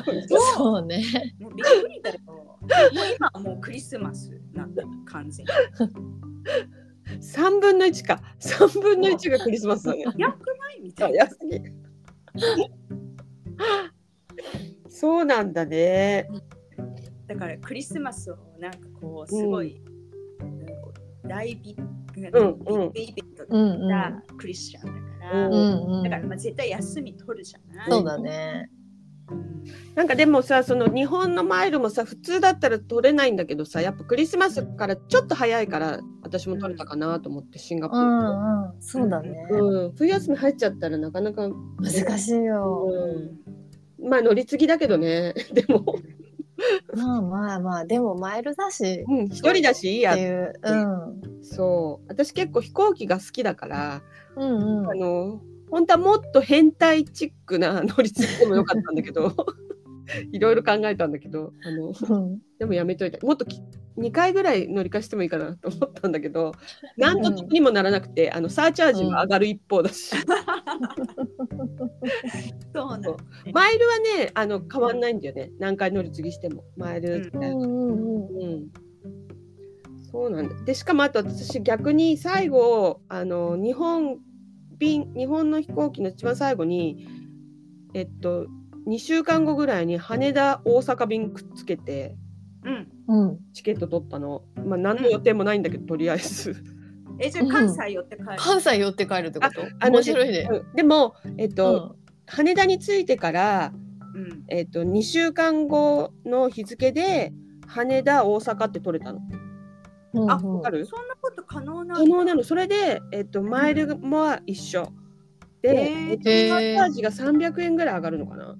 [SPEAKER 2] そうね
[SPEAKER 1] もうびっくりだよ。もう今はもうクリスマスなんだよ完全に。
[SPEAKER 3] 三分の一か。三分の一がクリスマスだね。
[SPEAKER 1] やくないみたいな。
[SPEAKER 3] 安すぎ。そうなんだね。
[SPEAKER 1] だからクリスマスをなんかこうすごい、なんかこう大ビッグ、
[SPEAKER 3] う
[SPEAKER 1] ビッ
[SPEAKER 3] ん
[SPEAKER 1] グイベントだ
[SPEAKER 2] うんう
[SPEAKER 1] っ
[SPEAKER 2] ん
[SPEAKER 1] たクリスチャンだから、
[SPEAKER 3] う
[SPEAKER 2] うんうん
[SPEAKER 1] だからまあ絶対休み取るじゃない。
[SPEAKER 2] そうだね
[SPEAKER 1] うん
[SPEAKER 3] なんかでもさ、その日本のマイルもさ、普通だったら取れないんだけどさ、やっぱクリスマスからちょっと早いから、私も取れたかなと思って、シンガポ
[SPEAKER 2] う
[SPEAKER 3] ー
[SPEAKER 2] んうんそうだね、
[SPEAKER 3] ル。うん、冬休み入っちゃったらなかなか、
[SPEAKER 2] 難しいよ、
[SPEAKER 3] まあ乗り継ぎだけどね、 でも、
[SPEAKER 2] まあまあまあでもマイルだし
[SPEAKER 3] うん、一人だしい
[SPEAKER 2] っ
[SPEAKER 3] いや
[SPEAKER 2] て。いう、うん、
[SPEAKER 3] そう。私結構飛行機が好きだから、
[SPEAKER 2] うんう
[SPEAKER 3] あ
[SPEAKER 2] ん
[SPEAKER 3] の、本当はもっと変態チックな 乗り継ぎでもよかったんだけど、 いろいろ考えたんだけど、あの、
[SPEAKER 2] うん
[SPEAKER 3] でもやめといた。もっとき2回ぐらい乗り換してもいいかなと思ったんだけ ど、なんと得にもならなくて、あの、サーチャージも上がる一方だし、
[SPEAKER 1] そうなんだね、
[SPEAKER 3] マイルはね、あの、変わんないんだよね。何回乗り継ぎしても。マイル、
[SPEAKER 2] うんうんうん
[SPEAKER 3] うん。そうなんだ。で、しかもあと私逆に最後、あの、日本便、日本の飛行機の一番最後に、えっと、2週間後ぐらいに羽田、大阪便くっつけて、
[SPEAKER 1] うん。
[SPEAKER 2] うん
[SPEAKER 3] チケット取ったの。まあ、何の予定もないんだけど、とりあえず。
[SPEAKER 1] えじゃあ関西寄って帰る、
[SPEAKER 2] 関西寄って帰るってこと
[SPEAKER 3] あの
[SPEAKER 2] 面白いね。
[SPEAKER 3] うんでも、えっ
[SPEAKER 2] う
[SPEAKER 3] と
[SPEAKER 2] ん
[SPEAKER 3] 羽田に着いてから、
[SPEAKER 1] うん、
[SPEAKER 3] えっと2週間後の日付で羽田大阪って取れたの。
[SPEAKER 2] うんうん
[SPEAKER 1] あ
[SPEAKER 3] わかる
[SPEAKER 1] そんなこと可能な
[SPEAKER 3] 可能な
[SPEAKER 1] の
[SPEAKER 3] のそれで、えっとマイルも一緒で、
[SPEAKER 1] へー
[SPEAKER 3] えっと
[SPEAKER 2] へー
[SPEAKER 3] マッサージが300円ぐらい上がるのかな、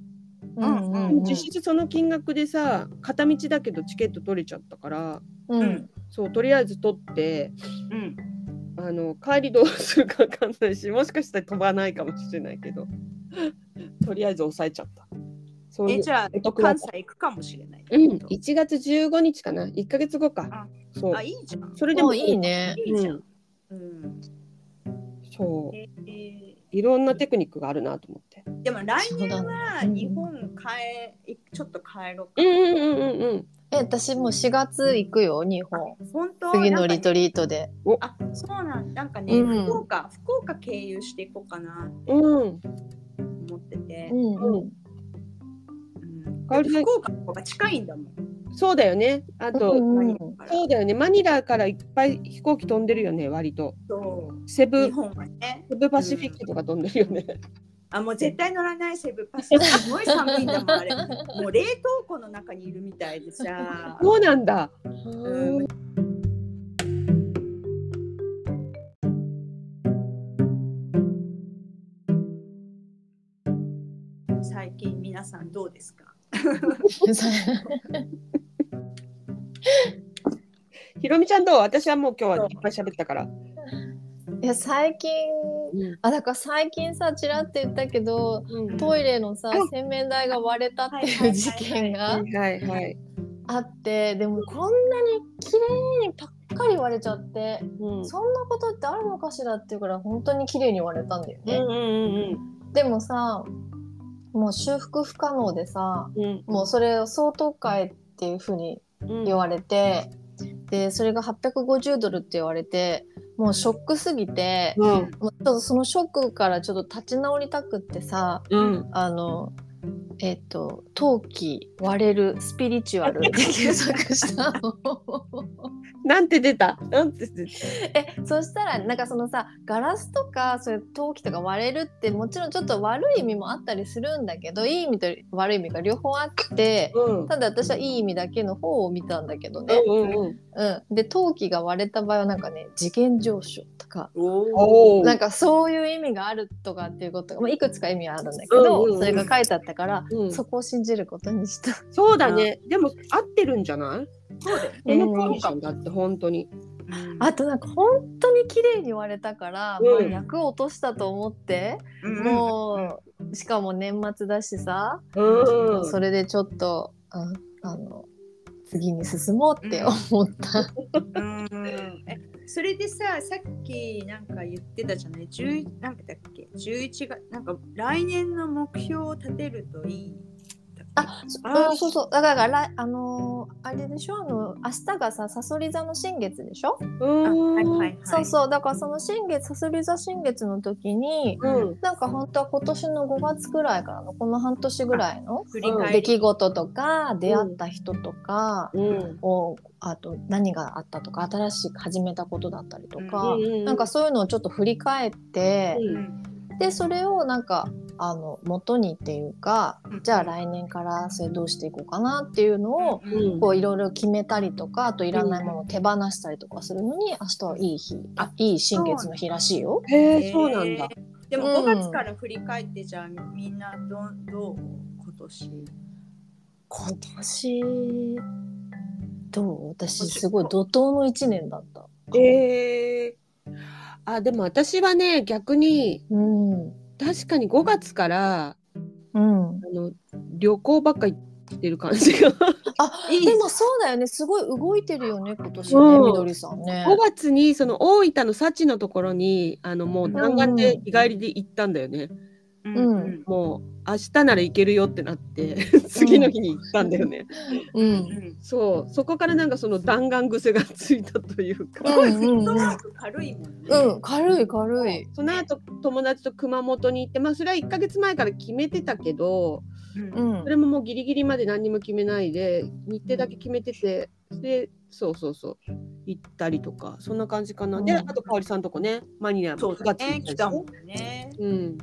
[SPEAKER 2] うんうん
[SPEAKER 3] で
[SPEAKER 2] うん
[SPEAKER 3] も実質その金額でさ片道だけどチケット取れちゃったから
[SPEAKER 2] うん
[SPEAKER 3] そうとりあえず取って
[SPEAKER 1] うん
[SPEAKER 3] あの帰りどうするか分かんないしもしかしたら飛ばないかもしれないけど とりあえず抑えちゃったそうい
[SPEAKER 1] え
[SPEAKER 3] う
[SPEAKER 1] じゃ
[SPEAKER 3] お
[SPEAKER 1] あ
[SPEAKER 3] 得だ
[SPEAKER 1] 関
[SPEAKER 3] った
[SPEAKER 1] 西行くかもしれない、
[SPEAKER 3] うん、1月15日かな1か月後か
[SPEAKER 1] あ
[SPEAKER 3] そう
[SPEAKER 1] あいいじゃん
[SPEAKER 3] それで
[SPEAKER 2] でも
[SPEAKER 3] も
[SPEAKER 2] いいね。
[SPEAKER 1] いいじゃん、うん
[SPEAKER 3] そう
[SPEAKER 1] えー
[SPEAKER 3] いろんなテクニックがあるなと思って
[SPEAKER 1] でも来年
[SPEAKER 2] そ
[SPEAKER 1] は
[SPEAKER 2] うだね
[SPEAKER 1] 日本帰ちょっと帰ろう
[SPEAKER 3] うんうんうんうんうん
[SPEAKER 2] え私もう4月行くよ日本。
[SPEAKER 1] 本当
[SPEAKER 2] 次の
[SPEAKER 1] なんかね
[SPEAKER 2] リトリートで。
[SPEAKER 1] あそうなんなんかね、
[SPEAKER 2] うん
[SPEAKER 1] 福岡福岡経由していこうかなって
[SPEAKER 3] うん
[SPEAKER 1] 思ってて、
[SPEAKER 2] うんうん
[SPEAKER 1] うん
[SPEAKER 3] 帰りたい
[SPEAKER 1] 福岡の方が近いんだもん
[SPEAKER 3] そうだよね。あと、
[SPEAKER 2] うん
[SPEAKER 1] マニラから
[SPEAKER 3] そうだよね。マニラからいっぱい飛行機飛んでるよね、割と。
[SPEAKER 1] そう
[SPEAKER 3] セブ、
[SPEAKER 1] 日
[SPEAKER 3] セ
[SPEAKER 1] 本はね
[SPEAKER 3] ブパシフィックとか飛んでるよね。
[SPEAKER 1] あもう絶対乗らないセブパスすごい寒いんだもんあれもう冷凍庫の中にいるみたいでさ
[SPEAKER 3] そうなんだ。
[SPEAKER 1] うん最近皆さんどうですか
[SPEAKER 3] ひろみちゃんどう私はもう今日はいっぱい喋ったから。
[SPEAKER 2] いや最近
[SPEAKER 3] うん
[SPEAKER 2] あだから最近さちらって言ったけど
[SPEAKER 3] うん
[SPEAKER 2] トイレのさ
[SPEAKER 3] うん
[SPEAKER 2] 洗面台が割れたって
[SPEAKER 1] はいはいはいは
[SPEAKER 2] いう
[SPEAKER 1] い
[SPEAKER 2] 事件が
[SPEAKER 3] はいはい。
[SPEAKER 2] あってでもこんなに綺麗にパッカリ割れちゃって
[SPEAKER 3] うん
[SPEAKER 2] そんなことってあるのかしらっていうからい本当に綺麗に割れたんだよ
[SPEAKER 3] うん
[SPEAKER 2] ね。
[SPEAKER 3] うん
[SPEAKER 2] でもさもう修復不可能でさ
[SPEAKER 3] うんうん。
[SPEAKER 2] もうそれを相当解っていうふうに
[SPEAKER 3] うん
[SPEAKER 2] 言われて、でそれが850ドルって言われてもうショックすぎて、
[SPEAKER 3] うん
[SPEAKER 2] もうちょっとそのショックからちょっと立ち直りたくってさ
[SPEAKER 3] うん。
[SPEAKER 2] あのえっ、と「陶器割れるスピリチュアル」って検索したの。
[SPEAKER 3] なんて出たなんて出た
[SPEAKER 2] えそしたらなんかそのさガラスとかそういう陶器とか割れるってもちろんちょっと悪い意味もあったりするんだけどいい意味と悪い意味が両方あって
[SPEAKER 3] うん。
[SPEAKER 2] ただ私はいい意味だけの方を見たんだけどね。
[SPEAKER 3] うんうんうん。
[SPEAKER 2] うん、で陶器が割れた場合はなんかね次元上昇とか
[SPEAKER 1] おお
[SPEAKER 3] おお。
[SPEAKER 2] なん
[SPEAKER 3] か、
[SPEAKER 2] かそういう意味があるとかっていうことが、まあ、いくつか意味はあるんだけど、
[SPEAKER 3] うんうんうん
[SPEAKER 2] それが書いてあったから、
[SPEAKER 3] うん、
[SPEAKER 2] そこを信じることにした。
[SPEAKER 3] そうだね。でも合ってるんじゃないこの
[SPEAKER 2] うん
[SPEAKER 3] 感じだって本当に。
[SPEAKER 2] あとなんか本当に綺麗に割れたから、
[SPEAKER 3] うん
[SPEAKER 2] まあ、役を落としたと思って、
[SPEAKER 1] も
[SPEAKER 2] もうしかも年末だしさ、
[SPEAKER 3] うん。
[SPEAKER 2] それでちょっとああの次に進もうって思った。
[SPEAKER 1] うん、うん、えそれでささっきなんか言ってたじゃない10なんかだっけ11月なんか来年の目標を立てるといい
[SPEAKER 2] あ、そ
[SPEAKER 1] あー
[SPEAKER 2] うんそうそうだから来あのーあれでしょあの明日がささそり座の新月でしょ、
[SPEAKER 1] あ
[SPEAKER 3] うん。
[SPEAKER 1] はいはいはい
[SPEAKER 2] そうそうだからその新月さそり座新月の時に
[SPEAKER 3] うん。
[SPEAKER 2] なんか本当は今年の5月くらいからのこの半年ぐらいの
[SPEAKER 1] 振り返
[SPEAKER 2] 出
[SPEAKER 1] り
[SPEAKER 2] 来事とか出会った人とか
[SPEAKER 3] うん。
[SPEAKER 2] を、あと何があったとか新しく始めたことだったりとか、
[SPEAKER 3] うんうんうん
[SPEAKER 2] なんかそういうのをちょっと振り返って、
[SPEAKER 1] うん
[SPEAKER 2] でそれをなんかあの元にっていうか
[SPEAKER 1] うん
[SPEAKER 2] じゃあ来年からそれどうしていこうかなっていうのを、
[SPEAKER 1] うん
[SPEAKER 2] こういろいろ決めたりとかあといらないものを手放したりとかするのに明日はいい日あいい新月の日らしいよ。
[SPEAKER 3] へえ、そうなんだ。。
[SPEAKER 1] でも
[SPEAKER 2] うん
[SPEAKER 1] 5月から振り返ってじゃあみんなどうどう今年
[SPEAKER 2] 今年どう私すごい怒涛の1年だった。
[SPEAKER 3] へえ。あ、でも私はね、逆に
[SPEAKER 2] うん
[SPEAKER 3] 確かに5月から
[SPEAKER 2] うん、
[SPEAKER 3] あの旅行ばっか行ってる感じが。
[SPEAKER 2] あ
[SPEAKER 1] いい
[SPEAKER 2] でもそうだよねすごい動いてるよね今年ね
[SPEAKER 3] うん
[SPEAKER 2] みどりさんね
[SPEAKER 3] 5。月にその大分の幸のところにあのもう弾丸で日帰りで行ったんだよね。
[SPEAKER 1] うん
[SPEAKER 2] うん
[SPEAKER 1] うん
[SPEAKER 3] もう明日なら行けるよってなって次の日に行ったんだよね。
[SPEAKER 2] う
[SPEAKER 1] うんん
[SPEAKER 3] そう、そこからなんかその弾丸癖がついたというか。
[SPEAKER 1] すごいフットワーク軽いもんね。
[SPEAKER 2] うん、軽い軽い。
[SPEAKER 3] その後友達と熊本に行ってまあそれは1ヶ月前から決めてたけど、
[SPEAKER 1] うん
[SPEAKER 2] うん
[SPEAKER 3] それももうギリギリまで何にも決めないで日程だけ決めててでそうそうそう行ったりとかそんな感じかな、で
[SPEAKER 2] うん
[SPEAKER 3] あと香織さんとこねマニラ
[SPEAKER 1] そうだね、
[SPEAKER 3] に
[SPEAKER 1] 来たもんね。
[SPEAKER 3] うん
[SPEAKER 1] うん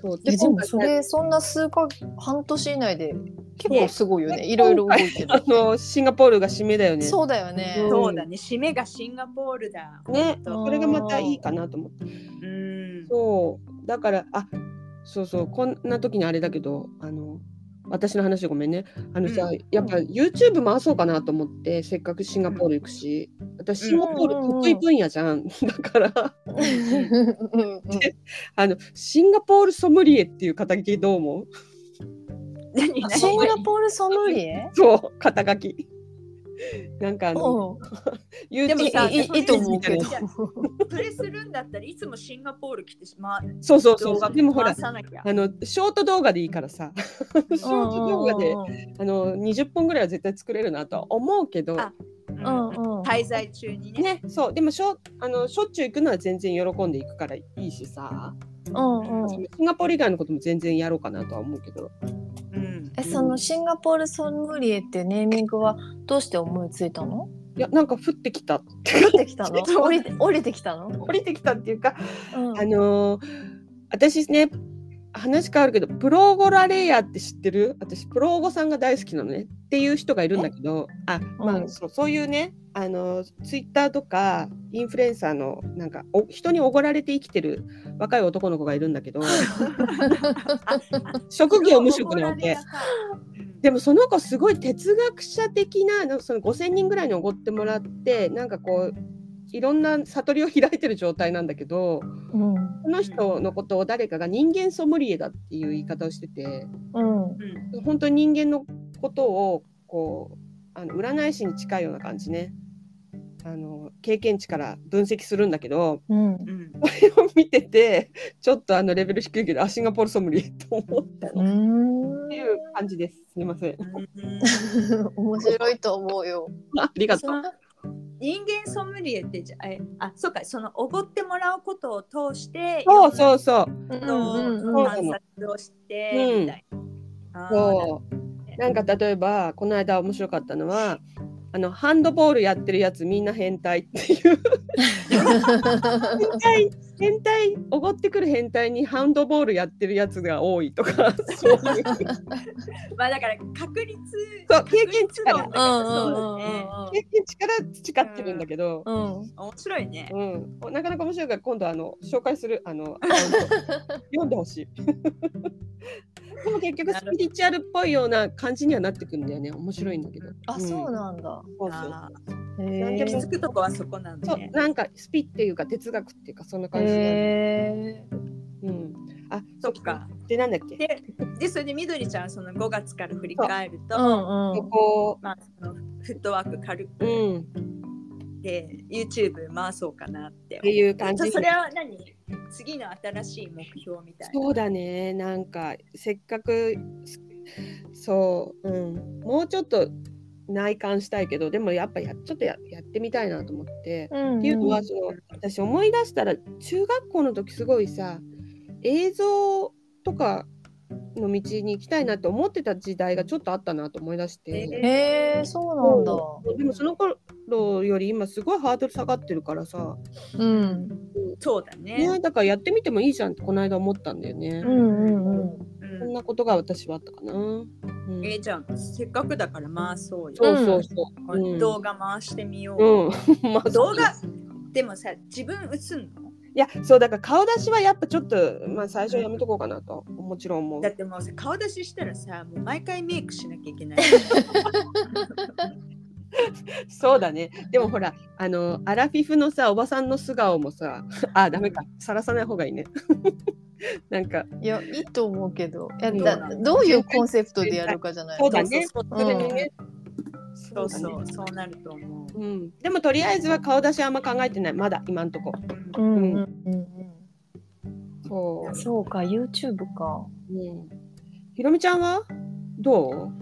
[SPEAKER 3] そう
[SPEAKER 2] えでも
[SPEAKER 3] 今回
[SPEAKER 2] それそんな数か半年以内で結構すごいよね
[SPEAKER 3] ね
[SPEAKER 2] いろいろ動いて
[SPEAKER 3] あ
[SPEAKER 2] る
[SPEAKER 3] のシンガポールが締めだよね
[SPEAKER 2] そうだよね、
[SPEAKER 3] うん
[SPEAKER 1] そうだね、締めがシンガポールだ。
[SPEAKER 3] ね
[SPEAKER 1] そ
[SPEAKER 3] それがまたいいかなと思って
[SPEAKER 1] ううん。
[SPEAKER 3] そうだからあそうそうこんな時にあれだけどあの私の話ごめんねあのさ、
[SPEAKER 1] うん
[SPEAKER 3] やっぱ YouTube 回そうかなと思ってせっかくシンガポール行くし私シンガポール得意分野じゃん、 だから
[SPEAKER 2] うんうん
[SPEAKER 3] あのシンガポールソムリエっていう肩書きどう思う
[SPEAKER 1] 何
[SPEAKER 2] うん
[SPEAKER 1] 何
[SPEAKER 2] シンガポールソムリエ
[SPEAKER 3] そう肩書き なんかあ
[SPEAKER 2] う
[SPEAKER 3] の
[SPEAKER 2] ん
[SPEAKER 1] でも
[SPEAKER 3] YouTube
[SPEAKER 1] さ
[SPEAKER 2] いいいいいと思うけど
[SPEAKER 1] いやそれするんだったらいつもシンガポール来てしまう。
[SPEAKER 3] そうそうそう
[SPEAKER 1] 動画
[SPEAKER 3] でもほら
[SPEAKER 1] 回さなきゃ
[SPEAKER 3] あのショート動画でいいからさ ショート動画であの20本ぐらいは絶対作れるなとは思うけど
[SPEAKER 1] あ
[SPEAKER 2] う
[SPEAKER 1] うんう
[SPEAKER 2] ん
[SPEAKER 1] ん
[SPEAKER 2] うん
[SPEAKER 1] 滞在中にね。
[SPEAKER 3] ね、そうでもしょあのしょっちゅう行くのは全然喜んでいくからいいしさ、
[SPEAKER 2] うんうん
[SPEAKER 3] シンガポール以外のことも全然やろうかなとは思うけど
[SPEAKER 1] うん
[SPEAKER 2] えそのシンガポールソムリエってネーミングはどうして思いついたの
[SPEAKER 3] いやなんか降ってきた
[SPEAKER 2] 降ってきたの
[SPEAKER 3] そう
[SPEAKER 2] 降りて降りてきたの、
[SPEAKER 3] 降りてきたっていうか、
[SPEAKER 2] うん
[SPEAKER 3] あのー私ね話変わるけどプロゴラレイヤーって知ってる私プロゴさんが大好きなのねっていう人がいるんだけどあ、まあ
[SPEAKER 2] うん
[SPEAKER 3] そうそういうねあのツイッターとかインフルエンサーのなんかお人におごられて生きてる若い男の子がいるんだ けど職業無職なわけ。でもその子すごい哲学者的なのその5,000人ぐらいにおごってもらってなんかこういろんな悟りを開いてる状態なんだけど
[SPEAKER 2] うん
[SPEAKER 3] この人のことを誰かが人間ソムリエだっていう言い方をしてて
[SPEAKER 2] うん
[SPEAKER 1] うん
[SPEAKER 3] 本当に人間のことをこうあの占い師に近いような感じねあの経験値から分析するんだけど
[SPEAKER 2] うん
[SPEAKER 1] うん
[SPEAKER 3] それを見ててちょっとあのレベル低いけどあシンガポールソムリエと思った
[SPEAKER 2] う
[SPEAKER 3] のっ
[SPEAKER 2] ん
[SPEAKER 3] ていう感じですすみません
[SPEAKER 1] うん
[SPEAKER 2] 面白いと思うよ。
[SPEAKER 3] ありがと
[SPEAKER 1] そうの人間ソムリエってじゃえあそうかそのおごってもらうことを通して
[SPEAKER 3] そうそううそう
[SPEAKER 2] うん
[SPEAKER 1] の
[SPEAKER 3] うん
[SPEAKER 1] 観察をしてみたいな。あ
[SPEAKER 3] そうなんか例えばこの間面白かったのはあのハンドボールやってるやつみんな変態っていう変態変態おごってくる変態にハンドボールやってるやつが多いとか そういう
[SPEAKER 1] ーまあだから確率
[SPEAKER 3] そう経験値から
[SPEAKER 1] 確率論だけどそうだね
[SPEAKER 3] 経験値から培ってるんだけど、
[SPEAKER 1] 面白いね。
[SPEAKER 3] うんなかなか面白いから今度あの紹介するあのアカウント読んでほしい。 でも結局スピリチュアルっぽいような感じにはなってくるんだよね面白いんだけど。
[SPEAKER 2] あ、そうなんだ。
[SPEAKER 3] そうそう
[SPEAKER 1] あー
[SPEAKER 2] へ
[SPEAKER 3] なん
[SPEAKER 1] 気
[SPEAKER 3] でも
[SPEAKER 2] ー
[SPEAKER 1] づくとこはそこなん
[SPEAKER 3] そ
[SPEAKER 1] だ
[SPEAKER 3] う
[SPEAKER 1] ね。
[SPEAKER 3] なんかスピっていうか哲学っていうかそんな感じで、
[SPEAKER 2] へー
[SPEAKER 3] うん、あ
[SPEAKER 1] そっか。
[SPEAKER 3] でなんだっけ
[SPEAKER 1] ででそれでみどりちゃんはその5月から振り返る
[SPEAKER 2] う
[SPEAKER 1] と、
[SPEAKER 2] ん
[SPEAKER 3] ここ
[SPEAKER 1] まあそのフットワーク軽
[SPEAKER 3] う
[SPEAKER 1] く
[SPEAKER 3] んっ
[SPEAKER 1] で YouTube 回そうかなって
[SPEAKER 3] ていう感じ
[SPEAKER 1] そそれは何次の新しい目標みたいな。
[SPEAKER 3] そうだねなんかせっかくすそう、うん、もうちょっと内観したいけどでもやっぱやちょっとややってみたいなと思って、
[SPEAKER 2] うん。
[SPEAKER 3] っていうのはその私思い出したら中学校の時すごいさ映像とかの道に行きたいなと思ってた時代がちょっとあったなと思い出して。
[SPEAKER 1] えー
[SPEAKER 2] へえ、そうな
[SPEAKER 3] でもその頃より今すごいハードル下がってるからさ、
[SPEAKER 2] んだ。うん。
[SPEAKER 1] そうだね。
[SPEAKER 3] ね、だからやってみてもいいじゃんってこの間思ったんだよね
[SPEAKER 2] う。んうんうん。
[SPEAKER 1] うん
[SPEAKER 3] そんなことが私はあったかな。うん
[SPEAKER 1] えーじゃあせっかくだから回そうよ。
[SPEAKER 3] そうそうそう。うん
[SPEAKER 1] 動画回してみよう。
[SPEAKER 3] うん、まあ
[SPEAKER 1] 動画でもさ自分映んの
[SPEAKER 3] いやそうだから顔出しはやっぱちょっと、まあ、最初はやめとこうかなともちろん思う
[SPEAKER 1] だってもうさ顔出ししたらさもう毎回メイクしなきゃいけ ない。
[SPEAKER 3] そうだねでもほらあのアラフィフのさおばさんの素顔もさ あダメかさらさない方がいいね なんか
[SPEAKER 2] いや、いいと思うけど。いや
[SPEAKER 3] うん
[SPEAKER 2] だどういうコンセプトでやるかじゃない
[SPEAKER 3] そうだね
[SPEAKER 1] そう
[SPEAKER 3] そ
[SPEAKER 1] そう
[SPEAKER 3] れでね、
[SPEAKER 1] そう
[SPEAKER 3] だ
[SPEAKER 1] そ
[SPEAKER 3] ね
[SPEAKER 1] うそうなると思う。
[SPEAKER 3] うん、でもとりあえずは顔出しはあんま考えてないまだ今んとこ
[SPEAKER 2] うんうんうん
[SPEAKER 3] そ
[SPEAKER 2] うん。そうか、YouTube か。
[SPEAKER 3] う、うん、ひろみちゃんはど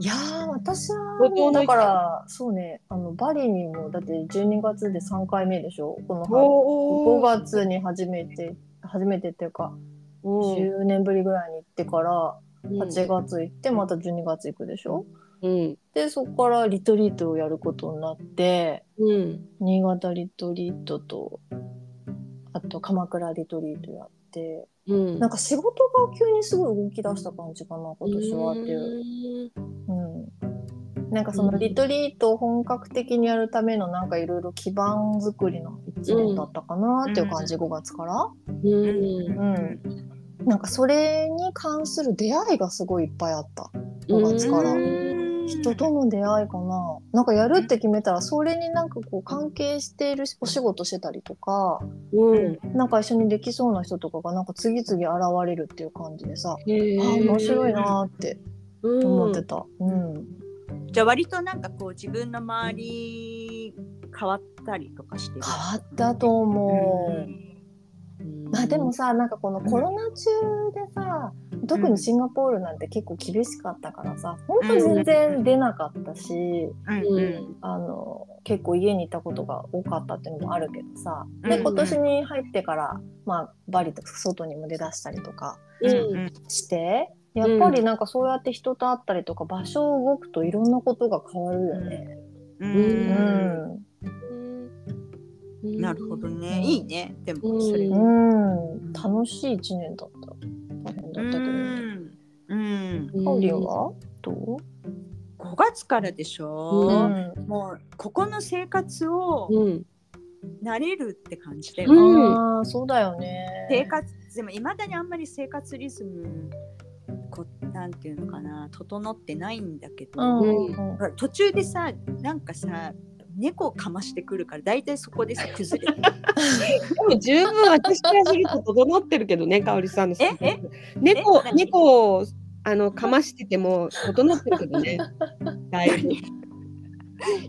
[SPEAKER 2] いやー私は
[SPEAKER 3] 五島の
[SPEAKER 2] だからそうねあのバリにもだって12月で3回目でしょこの
[SPEAKER 3] う
[SPEAKER 2] 春5
[SPEAKER 3] おー
[SPEAKER 2] 月に初めて初めてっていうか
[SPEAKER 3] うん
[SPEAKER 2] 10年ぶりぐらいに行ってから
[SPEAKER 3] うん
[SPEAKER 2] 8月行ってまた12月行くでしょ、
[SPEAKER 3] うん
[SPEAKER 2] でそこからリトリートをやることになって
[SPEAKER 3] うん
[SPEAKER 2] 新潟リトリートとあと鎌倉リトリートやって
[SPEAKER 3] うん
[SPEAKER 2] なんか仕事が急にすごい動き出した感じかな今年はっていう。
[SPEAKER 3] う
[SPEAKER 2] うん、なんかそのリトリートを本格的にやるためのなんかいろいろ基盤作りの一年だったかなっていう感じ、5月から、
[SPEAKER 3] ーんうん
[SPEAKER 2] うんなんかそれに関する出会いがすごいいっぱいあった5月から、
[SPEAKER 3] うん
[SPEAKER 2] 人との出会いかななんかやるって決めたらそれになんかこう関係しているお仕事してたりとか
[SPEAKER 3] うん
[SPEAKER 2] なんか一緒にできそうな人とかがなんか次々現れるっていう感じでさ、
[SPEAKER 3] へー
[SPEAKER 2] あー面白いなーって
[SPEAKER 3] うん
[SPEAKER 2] 思ってた、うん、
[SPEAKER 1] じゃあ割となんかこう自分の周り変わったりとかしてる
[SPEAKER 2] 変わったと思う。
[SPEAKER 3] うん
[SPEAKER 2] まあでもさなんかこのコロナ中でさ、特にシンガポールなんて結構厳しかったからさ本当全然出なかったし、
[SPEAKER 1] うん
[SPEAKER 3] う
[SPEAKER 1] うん
[SPEAKER 3] ん
[SPEAKER 2] あの結構家にいたことが多かったっていうのもあるけどさ、
[SPEAKER 1] うんう
[SPEAKER 2] で
[SPEAKER 1] ん
[SPEAKER 2] 今年に入ってから、まあ、バリとか外にも出だしたりとか
[SPEAKER 1] うん
[SPEAKER 3] うん
[SPEAKER 2] してやっぱりなんかそうやって人と会ったりとか場所を動くといろんなことが変わるよね。
[SPEAKER 1] うん
[SPEAKER 2] う
[SPEAKER 3] うん
[SPEAKER 2] ん
[SPEAKER 3] うん
[SPEAKER 1] なるほど
[SPEAKER 2] う
[SPEAKER 1] ね
[SPEAKER 2] ん
[SPEAKER 1] いいねでもそれ
[SPEAKER 3] う
[SPEAKER 2] う
[SPEAKER 1] は
[SPEAKER 2] ん、楽しい一年だった。大変だったけどね。
[SPEAKER 1] うん
[SPEAKER 3] うん
[SPEAKER 2] カオリンはどう
[SPEAKER 1] 5月からでし
[SPEAKER 3] う
[SPEAKER 1] ょ、
[SPEAKER 2] ん
[SPEAKER 1] もうここの生活を
[SPEAKER 3] うん
[SPEAKER 1] 慣れるって感じで、
[SPEAKER 3] うん
[SPEAKER 2] ああそうだよね。
[SPEAKER 1] 生活でもいまだにあんまり生活リズムこうなんていうのかな整ってないんだけど、
[SPEAKER 2] うんう
[SPEAKER 1] ほ
[SPEAKER 2] ん
[SPEAKER 1] ら途中でさなんかさ猫をかましてくるから大体そこでさ崩 れる
[SPEAKER 3] でも十分私からすると整ってるけどね、かおりさんの。
[SPEAKER 1] ええ
[SPEAKER 3] 猫
[SPEAKER 1] え何
[SPEAKER 3] 猫をあのかましてても整ってるけど ね。だいぶ。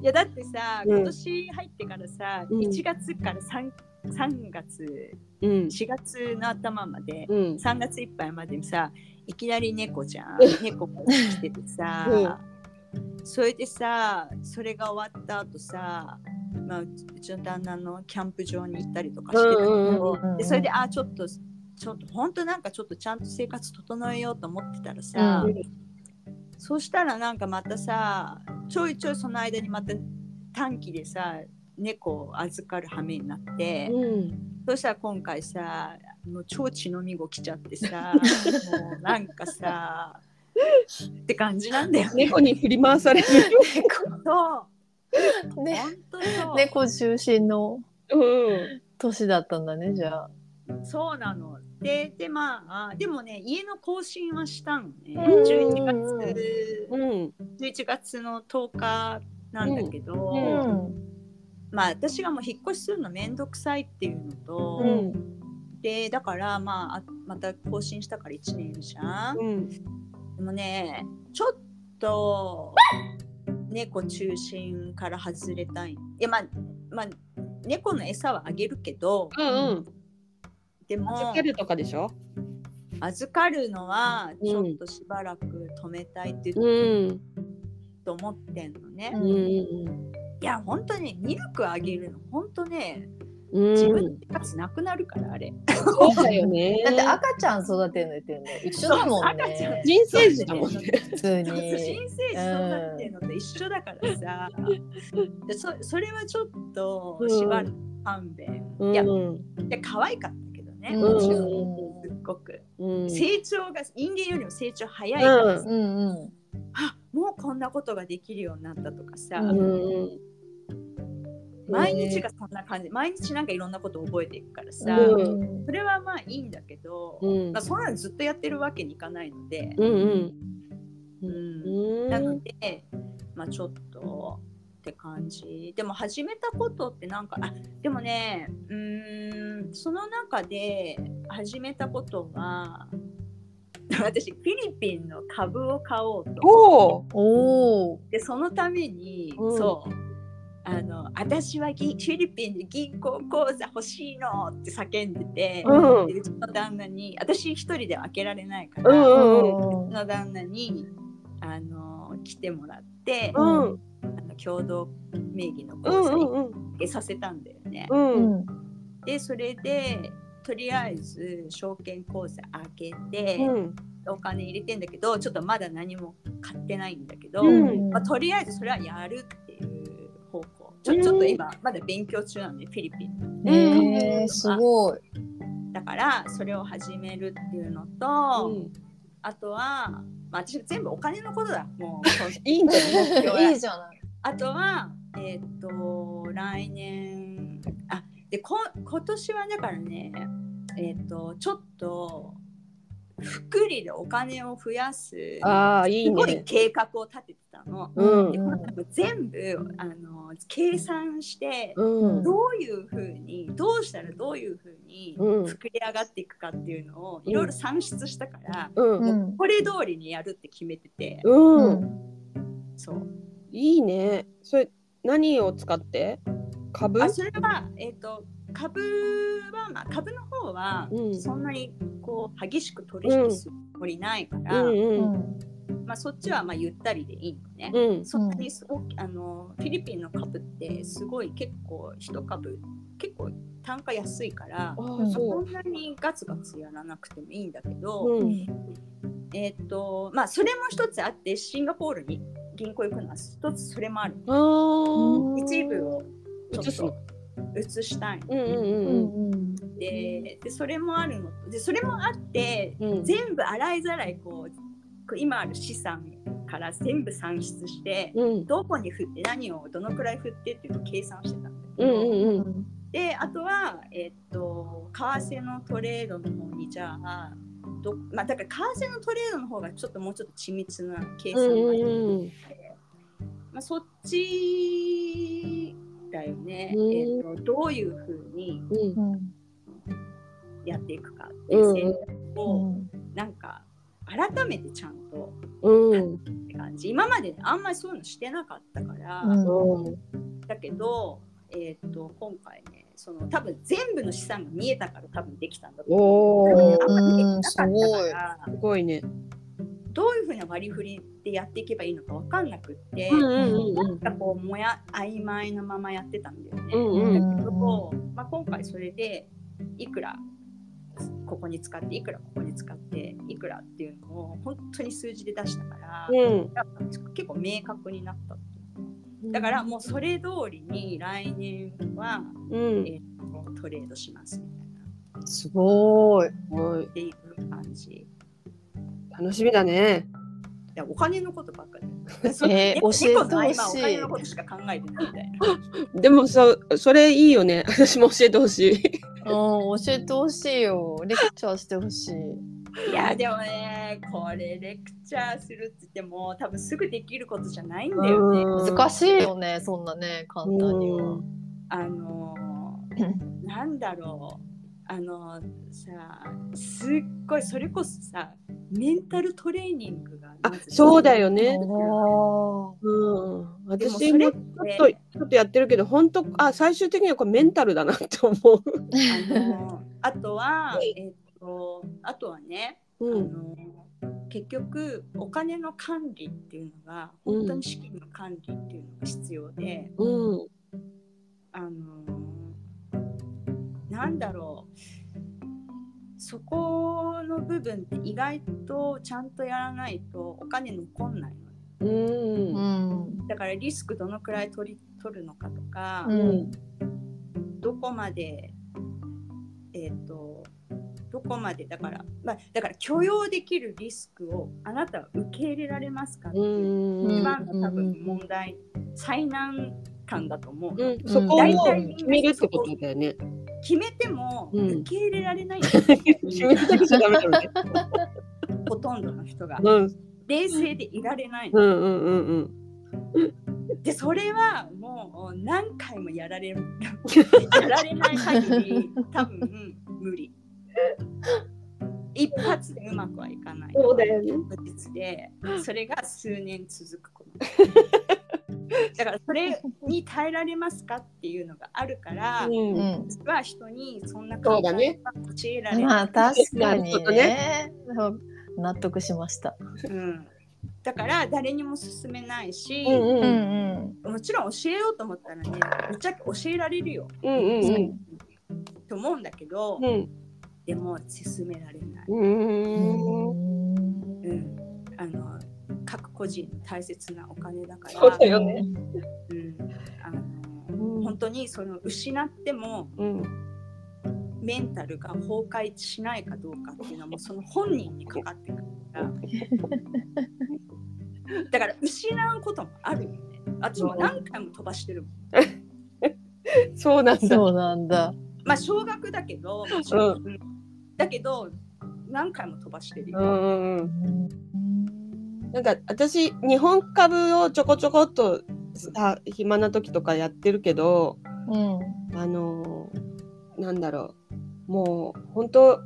[SPEAKER 1] いやだってさ
[SPEAKER 3] うん
[SPEAKER 1] 今年入ってからさ、
[SPEAKER 3] うん
[SPEAKER 1] 1月から 3, 3月
[SPEAKER 3] うん。
[SPEAKER 1] 4月の頭まで、
[SPEAKER 3] うん。
[SPEAKER 1] 3月いっぱいまでさいきなり猫じゃん猫が来ててさ、それでさそれが終わった後さまあ、うちうちの旦那のキャンプ場に行ったりとかしてたけど、
[SPEAKER 3] うん
[SPEAKER 2] うんうんうん
[SPEAKER 1] でそれであちょっとちょっと本当なんかちょっとちゃんと生活整えようと思ってたらさ、
[SPEAKER 2] うん
[SPEAKER 1] そしたらなんかまたさちょいちょいその間にまた短期でさ猫を預かる羽目になって、
[SPEAKER 3] うん。
[SPEAKER 1] そしたら今回さもう超血のみご来ちゃってさもうなんかさって感じなんだよね。
[SPEAKER 3] 猫に振り回される。
[SPEAKER 1] そう
[SPEAKER 2] ね
[SPEAKER 1] 本当そう、
[SPEAKER 2] 猫中心の
[SPEAKER 3] うん。
[SPEAKER 2] 年だったんだねじゃあ。
[SPEAKER 1] そうなの。で、で、まああ、でもね、家の更新はしたのね。
[SPEAKER 2] うん
[SPEAKER 1] 11月、
[SPEAKER 3] うん。
[SPEAKER 1] 11月の10日なんだけど、
[SPEAKER 3] うんうん
[SPEAKER 1] まあ、私がもう引っ越しするのめんどくさいっていうのと、
[SPEAKER 3] うん。
[SPEAKER 1] で、だから、まああ、また更新したから1年じゃん。
[SPEAKER 3] うん。
[SPEAKER 1] でもね、ちょっと、猫中心から外れたい。いや、まあ、まあ、猫の餌はあげるけど、
[SPEAKER 3] うん。
[SPEAKER 1] でも、
[SPEAKER 3] 預けるとかでしょ。
[SPEAKER 1] 預かるのはちょっとしばらく止めたいって
[SPEAKER 3] ん。
[SPEAKER 1] と思ってんのね、
[SPEAKER 2] うん
[SPEAKER 1] い
[SPEAKER 3] うん。
[SPEAKER 1] や本当にミルクあげるの本当ね
[SPEAKER 3] うん。
[SPEAKER 1] 自分の生活なくなるからあれ、
[SPEAKER 3] そうだよね。
[SPEAKER 2] だって赤ちゃん育てるの言ってるの一緒だも ん
[SPEAKER 1] そう赤ちゃん
[SPEAKER 2] ね
[SPEAKER 3] 人生児だもんね。
[SPEAKER 2] 普通
[SPEAKER 1] そうそう
[SPEAKER 2] に。
[SPEAKER 1] 新生児育てるのと一緒だからさ、でそそれはちょっとしばらく勘弁、いや
[SPEAKER 3] うん。
[SPEAKER 1] で可愛かったけどね、
[SPEAKER 2] うん
[SPEAKER 1] もちろん
[SPEAKER 2] う
[SPEAKER 1] すっごく、
[SPEAKER 3] うん。
[SPEAKER 1] 成長が人間よりも成長早いからさ、
[SPEAKER 2] んうん
[SPEAKER 1] あもうこんなことができるようになったとかさ、
[SPEAKER 2] う
[SPEAKER 3] うん。
[SPEAKER 1] 毎日がそんな感じ毎日なんかいろんなこと覚えていくからさ、
[SPEAKER 3] うん
[SPEAKER 1] それはまあいいんだけど、
[SPEAKER 3] うん
[SPEAKER 1] まあ、そんなのずっとやってるわけにいかないので、
[SPEAKER 3] うんうん。
[SPEAKER 1] うん
[SPEAKER 3] うん。
[SPEAKER 1] なので、まあ、ちょっとって感じでも始めたことってなんかあでもねうーんその中で始めたことは 私フィリピンの株を買おうと
[SPEAKER 3] おお。
[SPEAKER 2] おお。
[SPEAKER 1] でそのために、
[SPEAKER 3] うん
[SPEAKER 1] そうあの私はぎフィリピンで銀行口座欲しいのって叫んでて、
[SPEAKER 3] うん
[SPEAKER 1] でうちの旦那に私一人では開けられないか
[SPEAKER 3] う
[SPEAKER 1] ら、
[SPEAKER 3] ん
[SPEAKER 1] う
[SPEAKER 3] うん
[SPEAKER 1] ちの旦那にあの来てもらって、
[SPEAKER 3] う
[SPEAKER 1] あ
[SPEAKER 3] ん。
[SPEAKER 1] の共同名義の口
[SPEAKER 3] うん
[SPEAKER 1] 座
[SPEAKER 3] う
[SPEAKER 1] に
[SPEAKER 3] んうん。
[SPEAKER 1] 入れさせたんだよね。
[SPEAKER 3] うんうん
[SPEAKER 1] でそれでとりあえず証券口座開けて、
[SPEAKER 3] うん
[SPEAKER 1] お金入れてんだけどちょっとまだ何も買ってないんだけど、
[SPEAKER 3] うん
[SPEAKER 1] まあ、とりあえずそれはやるっていう方向ちょちょっと今まだ勉強中なんでフィリピン
[SPEAKER 2] えー、すごい。
[SPEAKER 1] だからそれを始めるっていうのと、
[SPEAKER 3] うん
[SPEAKER 1] あとは、まあ、私全部お金のことだ もうそう
[SPEAKER 3] いいんだよね。
[SPEAKER 1] 目標はい
[SPEAKER 2] いじゃない。
[SPEAKER 1] あとはえーっと来年あでこ今年はだからねえーっとちょっと福利でお金を増やす
[SPEAKER 3] ああ、いい
[SPEAKER 1] すごい
[SPEAKER 3] ね。
[SPEAKER 1] 計画を立ててたの。
[SPEAKER 3] うん
[SPEAKER 1] でこれ多分全部あの計算して、
[SPEAKER 3] うん。
[SPEAKER 1] どういうふうにどうしたらどういうふうに
[SPEAKER 3] うん
[SPEAKER 1] 膨れ上がっていくかっていうのをいろいろ算出したから、
[SPEAKER 3] う。
[SPEAKER 2] うんん。
[SPEAKER 1] これ通りにやるって決めてて、
[SPEAKER 3] う。
[SPEAKER 2] うんん。
[SPEAKER 1] そう
[SPEAKER 3] いいね。それ、何を使って株
[SPEAKER 1] あそれは、えー、と株は、まあ、株の方は
[SPEAKER 3] うん
[SPEAKER 1] そんなにこう激しく取引するつもりないから、
[SPEAKER 3] うん
[SPEAKER 2] う
[SPEAKER 3] うん。
[SPEAKER 2] ん。
[SPEAKER 1] まあ、そっちはまあゆったりでいいのね。
[SPEAKER 3] うん。
[SPEAKER 1] そんなにすごくあのフィリピンの株ってすごい結構一株結構単価安いから、
[SPEAKER 3] あ
[SPEAKER 2] う
[SPEAKER 3] あ、
[SPEAKER 2] ん
[SPEAKER 1] そ
[SPEAKER 3] そ
[SPEAKER 1] んなにガツガツやらなくてもいいんだけど、
[SPEAKER 3] う。う。
[SPEAKER 2] うんん。
[SPEAKER 1] えっ、とまあそれも一つあってシンガポールに銀行行くのは一つそれもある
[SPEAKER 3] ああ。
[SPEAKER 2] うん
[SPEAKER 1] 一部をちょ
[SPEAKER 3] 移
[SPEAKER 1] っ
[SPEAKER 3] すの
[SPEAKER 1] と移したい
[SPEAKER 3] うんうん
[SPEAKER 2] う
[SPEAKER 3] うん
[SPEAKER 2] ん。
[SPEAKER 1] ででそれもあるのでそれもあって
[SPEAKER 3] うん。うん
[SPEAKER 1] 全部洗いざらいこうこう今ある資産から全部算出して、
[SPEAKER 3] うん
[SPEAKER 1] どこに振って何をどのくらい振ってっていうのを計算してたんだけ
[SPEAKER 3] うん
[SPEAKER 1] ど、
[SPEAKER 3] うんうん
[SPEAKER 1] であとは、えっと為替のトレードの方にじゃあど、まあ、だから為替のトレードの方がちょっともうちょっと緻密な計
[SPEAKER 3] う
[SPEAKER 1] 算が
[SPEAKER 3] ん
[SPEAKER 1] いる
[SPEAKER 3] うん
[SPEAKER 1] まあ、そっちだよね、
[SPEAKER 3] うん
[SPEAKER 1] えっとどういうふうに
[SPEAKER 3] うん
[SPEAKER 2] うん。
[SPEAKER 1] やっていくかっていううん戦略を
[SPEAKER 2] うん
[SPEAKER 1] なんか改めてちゃんと
[SPEAKER 3] うん
[SPEAKER 1] って感じ今まであんまりそういうのしてなかったから、
[SPEAKER 2] うん
[SPEAKER 3] うん
[SPEAKER 1] だけど、えっと今回ねその多分全部の資産が見えたから多分できたんだと
[SPEAKER 3] お
[SPEAKER 1] 思
[SPEAKER 3] ー
[SPEAKER 1] う。あんまりできなかった
[SPEAKER 2] うんすごい
[SPEAKER 1] から
[SPEAKER 3] すごいね。
[SPEAKER 1] どういうふうな割り振りでやっていけばいいのか分かんなくって、
[SPEAKER 3] うん
[SPEAKER 1] な
[SPEAKER 3] うんうん
[SPEAKER 1] んかこうもや曖昧なままやってたんだよね。
[SPEAKER 3] うん
[SPEAKER 2] う
[SPEAKER 3] うん
[SPEAKER 2] ん。
[SPEAKER 1] そこをまあ、今回それでいくらここに使っていくらここに使っていくらっていうのを本当に数字で出したから、
[SPEAKER 3] うん
[SPEAKER 1] やっぱ結構明確になったっていう
[SPEAKER 3] うん。
[SPEAKER 1] だからもうそれ通りに来年は
[SPEAKER 3] うん。
[SPEAKER 1] えトレードしますみたいな
[SPEAKER 2] すごい。
[SPEAKER 3] はい
[SPEAKER 1] っていう感じ
[SPEAKER 3] 楽しみだね。
[SPEAKER 1] いやお金のことばっかり
[SPEAKER 2] えー
[SPEAKER 1] 猫
[SPEAKER 2] 教えてほしい
[SPEAKER 1] 猫の合間はお金のことしか考えてないみたいな
[SPEAKER 3] でもそそれいいよね。私も教えてほし
[SPEAKER 2] う
[SPEAKER 3] い。
[SPEAKER 2] ん、教えてほしいよ。レクチャーしてほしい。
[SPEAKER 1] いやでもねこれレクチャーするって言っても多分すぐできることじゃないんだよね、
[SPEAKER 2] 難
[SPEAKER 3] い。
[SPEAKER 2] しいよね、そんなね、簡単には。
[SPEAKER 1] あのーなんだろうあのーさすっごいそれこそさメンタルトレーニングが
[SPEAKER 3] あそうだ
[SPEAKER 1] よ
[SPEAKER 3] よね。
[SPEAKER 2] おー
[SPEAKER 3] うん。
[SPEAKER 1] でもそ
[SPEAKER 3] 私
[SPEAKER 1] れっ
[SPEAKER 3] もち
[SPEAKER 1] て
[SPEAKER 3] ょっとちょっとやってるけど本当あ最終的にはこれメンタルだなって思
[SPEAKER 1] あのーあとはえっとあとはね、
[SPEAKER 3] う。
[SPEAKER 1] あ
[SPEAKER 3] うん。
[SPEAKER 1] のー結局お金の管理っていうのが
[SPEAKER 3] うん
[SPEAKER 1] 本当に資金の管理っていうのが必要で、
[SPEAKER 3] うん。
[SPEAKER 1] あのーなんだろうそこの部分って意外とちゃんとやらないとお金残んないの
[SPEAKER 3] うん。
[SPEAKER 2] うん。
[SPEAKER 1] だからリスクどのくらい取り取るのかとか、
[SPEAKER 2] うん。
[SPEAKER 1] どこまでえっ、とどこまでだから、まあ、だから許容できるリスクをあなたは受け入れられますかって
[SPEAKER 3] う
[SPEAKER 1] いう、
[SPEAKER 3] ん。
[SPEAKER 1] 一
[SPEAKER 3] うん
[SPEAKER 1] 番の多分問題災難感だと思うの、
[SPEAKER 3] うん。そこを
[SPEAKER 1] 大
[SPEAKER 2] う
[SPEAKER 1] 体
[SPEAKER 2] ん
[SPEAKER 1] みんな
[SPEAKER 3] 決めるってことだよね。
[SPEAKER 1] 決めても
[SPEAKER 3] うん
[SPEAKER 1] 受け入れられないん だ
[SPEAKER 3] 決めるだけじゃダメだよね。
[SPEAKER 1] ほとんどの人が
[SPEAKER 3] うん。
[SPEAKER 1] 冷静でいられない、
[SPEAKER 3] うんうんうんうん。
[SPEAKER 1] でそれはもう何回もやられ るやられない限り多分無理一発でうまくはいかない
[SPEAKER 3] そうだよね。
[SPEAKER 1] 確実でそれが数年続 くことだからそれに耐えられますかっていうのがあるから、
[SPEAKER 3] うん
[SPEAKER 2] う。ん。
[SPEAKER 1] 実は人にそんな
[SPEAKER 3] そうだね
[SPEAKER 1] は教えられない
[SPEAKER 2] まあ、確かにね。そう納得しました。
[SPEAKER 1] うん、だから誰にも勧めないし、
[SPEAKER 3] うん
[SPEAKER 2] う
[SPEAKER 3] うん
[SPEAKER 2] ん
[SPEAKER 1] もちろん教えようと思ったらねぶっちゃけ教えられるよ
[SPEAKER 3] うんうんうんと
[SPEAKER 1] と思うんだけど、
[SPEAKER 3] うん
[SPEAKER 1] でも進められない、
[SPEAKER 2] う
[SPEAKER 3] うんうん
[SPEAKER 2] ん。
[SPEAKER 1] うん、あの各個人の大切なお金だから
[SPEAKER 3] そうだよね
[SPEAKER 1] うんあの
[SPEAKER 3] うん
[SPEAKER 1] 本当にその失っても
[SPEAKER 3] うん、
[SPEAKER 1] メンタルが崩壊しないかどうかっていうのはもうその本人にかかってくる からだから失うこともあるよね私も何回も飛ばしてるもん
[SPEAKER 3] そうなんだ。
[SPEAKER 2] そうなんだ。
[SPEAKER 1] まあ少額だけど、もちろんうんだけど何回も飛ばしてる
[SPEAKER 3] う
[SPEAKER 1] よ、
[SPEAKER 3] んうんうん
[SPEAKER 2] うん
[SPEAKER 3] なんか私日本株をちょこちょこっとさ暇な時とかやってるけど
[SPEAKER 2] うん。
[SPEAKER 3] あのーなんだろうもう本当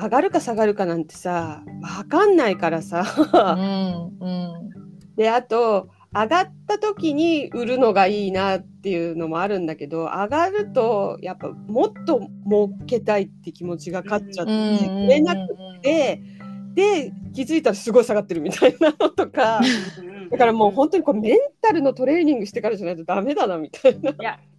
[SPEAKER 3] 上がるか下がるかなんてさ分かんないから
[SPEAKER 2] う
[SPEAKER 3] さ、
[SPEAKER 2] ん。うん。
[SPEAKER 3] であと上がった時に売るのがいいなっていうのもあるんだけど上がるとやっぱもっと儲けたいって気持ちが勝っちゃって、
[SPEAKER 2] うん。
[SPEAKER 3] 売れなくてで気づいたらすごい下がってるみたいなのとか。だからもう本当にこうメンタルのトレーニングしてからじゃないとダメだなみたいな。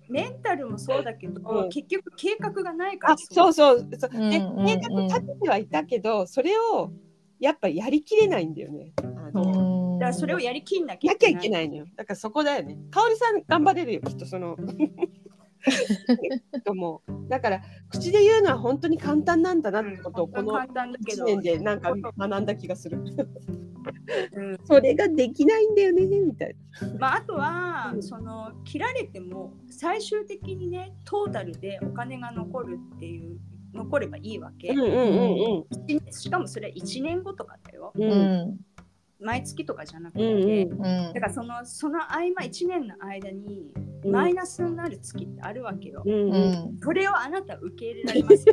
[SPEAKER 1] メンタルもそうだけど、
[SPEAKER 3] うん
[SPEAKER 1] 結局計画がないから
[SPEAKER 3] あそうそうそう。
[SPEAKER 2] うん
[SPEAKER 3] で
[SPEAKER 2] うん
[SPEAKER 3] 計画立ててはいたけどそれをやっぱやりきれないんだよね。あ
[SPEAKER 2] う
[SPEAKER 3] の
[SPEAKER 2] ん。
[SPEAKER 1] だからそれをやりきんなきゃ
[SPEAKER 3] なきゃいけ
[SPEAKER 1] い
[SPEAKER 3] ないのよ。だからそこだよね。かおりさん頑張れるよきっとそ の。ともうだから口で言うのは本当に簡単なんだなってことをこ
[SPEAKER 1] うん
[SPEAKER 3] の
[SPEAKER 1] 簡単だけ
[SPEAKER 3] 1
[SPEAKER 1] ど、
[SPEAKER 3] 年でなんか学んだ気がする。
[SPEAKER 1] うん
[SPEAKER 3] それができないんだよねみたい
[SPEAKER 1] まあ、あとは、
[SPEAKER 3] うん
[SPEAKER 1] その切られても最終的にねトータルでお金が残るっていう残ればいいわけ、
[SPEAKER 3] な。うんうんうん
[SPEAKER 1] 一年しかもそれは1年後とかだよ
[SPEAKER 3] うん。
[SPEAKER 2] う
[SPEAKER 3] うん
[SPEAKER 2] ん。
[SPEAKER 1] 毎月とかじゃなく
[SPEAKER 3] う
[SPEAKER 1] て、
[SPEAKER 3] んう
[SPEAKER 2] う
[SPEAKER 3] ん。
[SPEAKER 2] ん
[SPEAKER 1] だ。からそのその合間1年の間に
[SPEAKER 3] うん
[SPEAKER 1] マイナスになる月ってあるわけよ、
[SPEAKER 3] うん
[SPEAKER 2] う
[SPEAKER 3] うん
[SPEAKER 2] ん。
[SPEAKER 1] それをあなた受け入れられます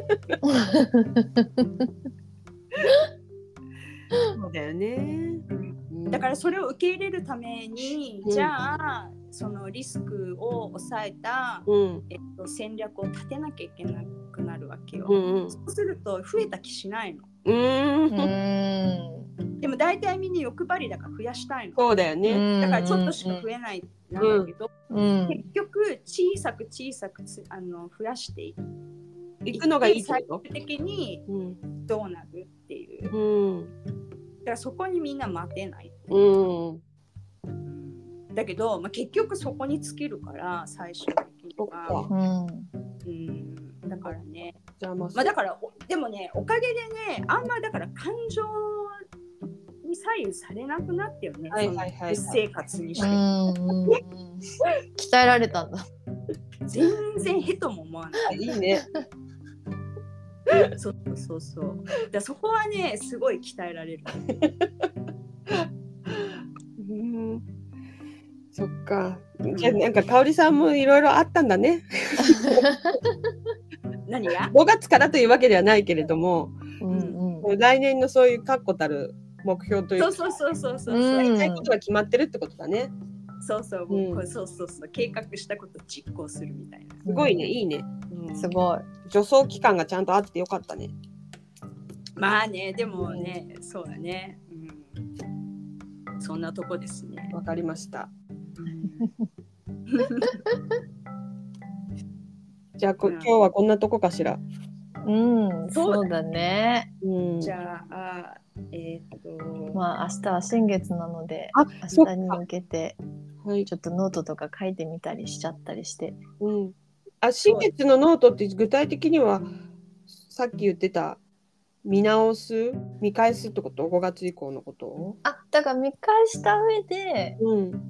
[SPEAKER 1] か
[SPEAKER 3] そうだよね。
[SPEAKER 1] だからそれを受け入れるために、
[SPEAKER 3] うん
[SPEAKER 1] じゃあそのリスクを抑えた、
[SPEAKER 3] うん
[SPEAKER 1] えっと、戦略を立てなきゃいけなくなるわけよ、
[SPEAKER 3] うんうん
[SPEAKER 1] そうすると増えた気しないの
[SPEAKER 3] うー
[SPEAKER 2] うんん。
[SPEAKER 1] でも大体みんな欲張りだから増やしたいの
[SPEAKER 3] そうだよね。
[SPEAKER 1] だからちょっとしか増えないなんだけど、
[SPEAKER 2] うん。
[SPEAKER 1] 結局小さく小さくつあの増やしていっ
[SPEAKER 3] 行くのがいいけ
[SPEAKER 1] 最
[SPEAKER 3] ど。
[SPEAKER 1] 終的に
[SPEAKER 3] うん
[SPEAKER 1] どうなるっていう
[SPEAKER 3] うん
[SPEAKER 1] だからそこにみんな待てない、
[SPEAKER 3] うん。
[SPEAKER 1] だけど、まあ、結局そこに尽きるから最終的に
[SPEAKER 3] そっ
[SPEAKER 1] は
[SPEAKER 3] か、。
[SPEAKER 2] うん。
[SPEAKER 1] うん、だからね、
[SPEAKER 3] じゃあまあ
[SPEAKER 1] まあ、だからおでもねおかげでねあんまだから感情に左右されなくなったよね、
[SPEAKER 3] はいはいはいはい
[SPEAKER 1] その実生活にして、
[SPEAKER 2] うん。鍛えられたんだ。
[SPEAKER 1] 全然へとも思わない
[SPEAKER 3] あいいね。
[SPEAKER 1] そうそうそうだからそこはねすごい鍛えられる
[SPEAKER 3] うん。そっか。じゃあなんか香織さんもいろいろあったんだね。
[SPEAKER 1] 何が
[SPEAKER 3] 5月からというわけではないけれども、
[SPEAKER 2] うん。うん。
[SPEAKER 3] 来年のそういう確固たる目標という
[SPEAKER 1] そう
[SPEAKER 3] か、
[SPEAKER 1] そうそうそうそう、
[SPEAKER 2] うん
[SPEAKER 3] やりたいことが決まってるってことだね。
[SPEAKER 1] そうそうもう
[SPEAKER 3] うん
[SPEAKER 1] これそうそうそう計画したこと実行するみたいな
[SPEAKER 3] すごいね、。いいね。
[SPEAKER 2] すごい。
[SPEAKER 3] 助走期間がちゃんとあってよかったね。
[SPEAKER 1] まあねでもね、そうだね、うん、そんなとこですね、
[SPEAKER 3] わかりました。じゃあこ、
[SPEAKER 1] うん
[SPEAKER 3] 今日はこんなとこかしら。
[SPEAKER 2] うん。そうだね。
[SPEAKER 3] うん
[SPEAKER 1] じゃあえーっと、
[SPEAKER 2] まあ明日は新月なので
[SPEAKER 3] あ
[SPEAKER 2] 明日に向けて
[SPEAKER 3] はい。
[SPEAKER 2] ちょっとノートとか書いてみたりしちゃったりして
[SPEAKER 3] うん。あ、新月のノートって具体的には、さっき言ってた、見直す、見返すってこと、5月以降のことを。
[SPEAKER 2] あだから見返した上で
[SPEAKER 3] うん。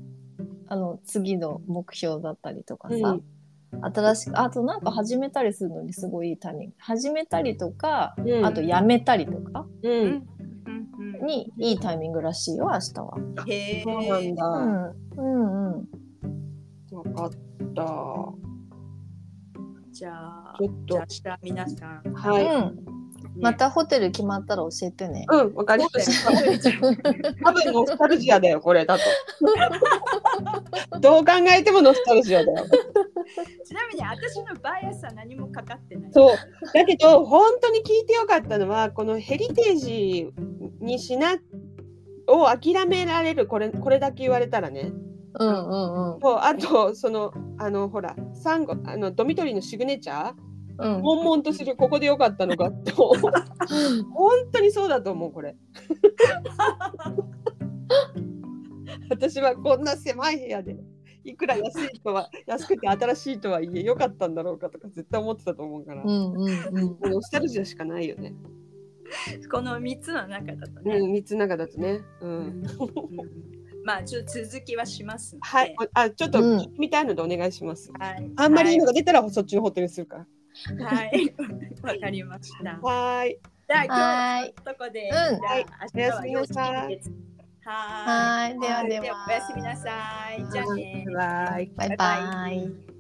[SPEAKER 2] あの次の目標だったりとか
[SPEAKER 3] う
[SPEAKER 2] さ
[SPEAKER 3] ん、
[SPEAKER 2] 新しくあとなんか始めたりするのにすごいいいタイミング始めたりとか、
[SPEAKER 3] うん、
[SPEAKER 2] あとやめたりとか
[SPEAKER 3] う。
[SPEAKER 1] うんんうんうん
[SPEAKER 2] にいいタイミングらしいよ明日は。
[SPEAKER 1] へえ
[SPEAKER 3] そうなんだ。
[SPEAKER 2] うん
[SPEAKER 3] わ、
[SPEAKER 2] うんうん、
[SPEAKER 3] かった。ちょ
[SPEAKER 1] じゃあ
[SPEAKER 3] っ
[SPEAKER 1] じ
[SPEAKER 3] と
[SPEAKER 1] ゃあ。明日皆さん、ね
[SPEAKER 3] はい。
[SPEAKER 2] うん、またホテル決まったら教えてね。
[SPEAKER 3] うん、わかりま した。多分ノスタルジアだよ、これだと。 どう考えてもノスタルジアだよ。
[SPEAKER 1] ちなみに私のバイアスは何もかかってない
[SPEAKER 3] そうだけど本当に聞いてよかったのはこのヘリテージにしなを諦められるこれこれだけ言われたらね
[SPEAKER 2] うんうんうん
[SPEAKER 3] もうあとそのあのほらサンゴあのドミトリーのシグネチャー
[SPEAKER 2] うん
[SPEAKER 3] 悶々とするここでよかったのかと本当にそうだと思う これ私はこんな狭い部屋でいくら安いとは安くて新しいとはいえ良かったんだろうかとか絶対思ってたと思うから、
[SPEAKER 2] うんうんうん
[SPEAKER 3] もうノスタルジアしかないよね、
[SPEAKER 1] この3つの中だと
[SPEAKER 3] う
[SPEAKER 1] ね、
[SPEAKER 3] ん、3つの中だとね、う、
[SPEAKER 1] うんんまあちょっと続きはしますので、
[SPEAKER 3] はいあちょっと
[SPEAKER 2] うん
[SPEAKER 3] 聞きたいのでお願いします、
[SPEAKER 1] はい、
[SPEAKER 3] あんまりいいのが出たらそっちのホテルにするから
[SPEAKER 1] はい、わかりました。
[SPEAKER 3] はーい
[SPEAKER 1] じゃあ今日
[SPEAKER 2] はー
[SPEAKER 1] は
[SPEAKER 2] い
[SPEAKER 1] こんなとこで、
[SPEAKER 2] ん
[SPEAKER 1] じゃあ明日
[SPEAKER 3] お
[SPEAKER 1] は
[SPEAKER 3] や
[SPEAKER 1] よ
[SPEAKER 3] すみなさい。
[SPEAKER 1] はーい。
[SPEAKER 2] はーいではでは
[SPEAKER 1] おやすみなさい。じゃあね。
[SPEAKER 3] バイバイ
[SPEAKER 2] バイバイ。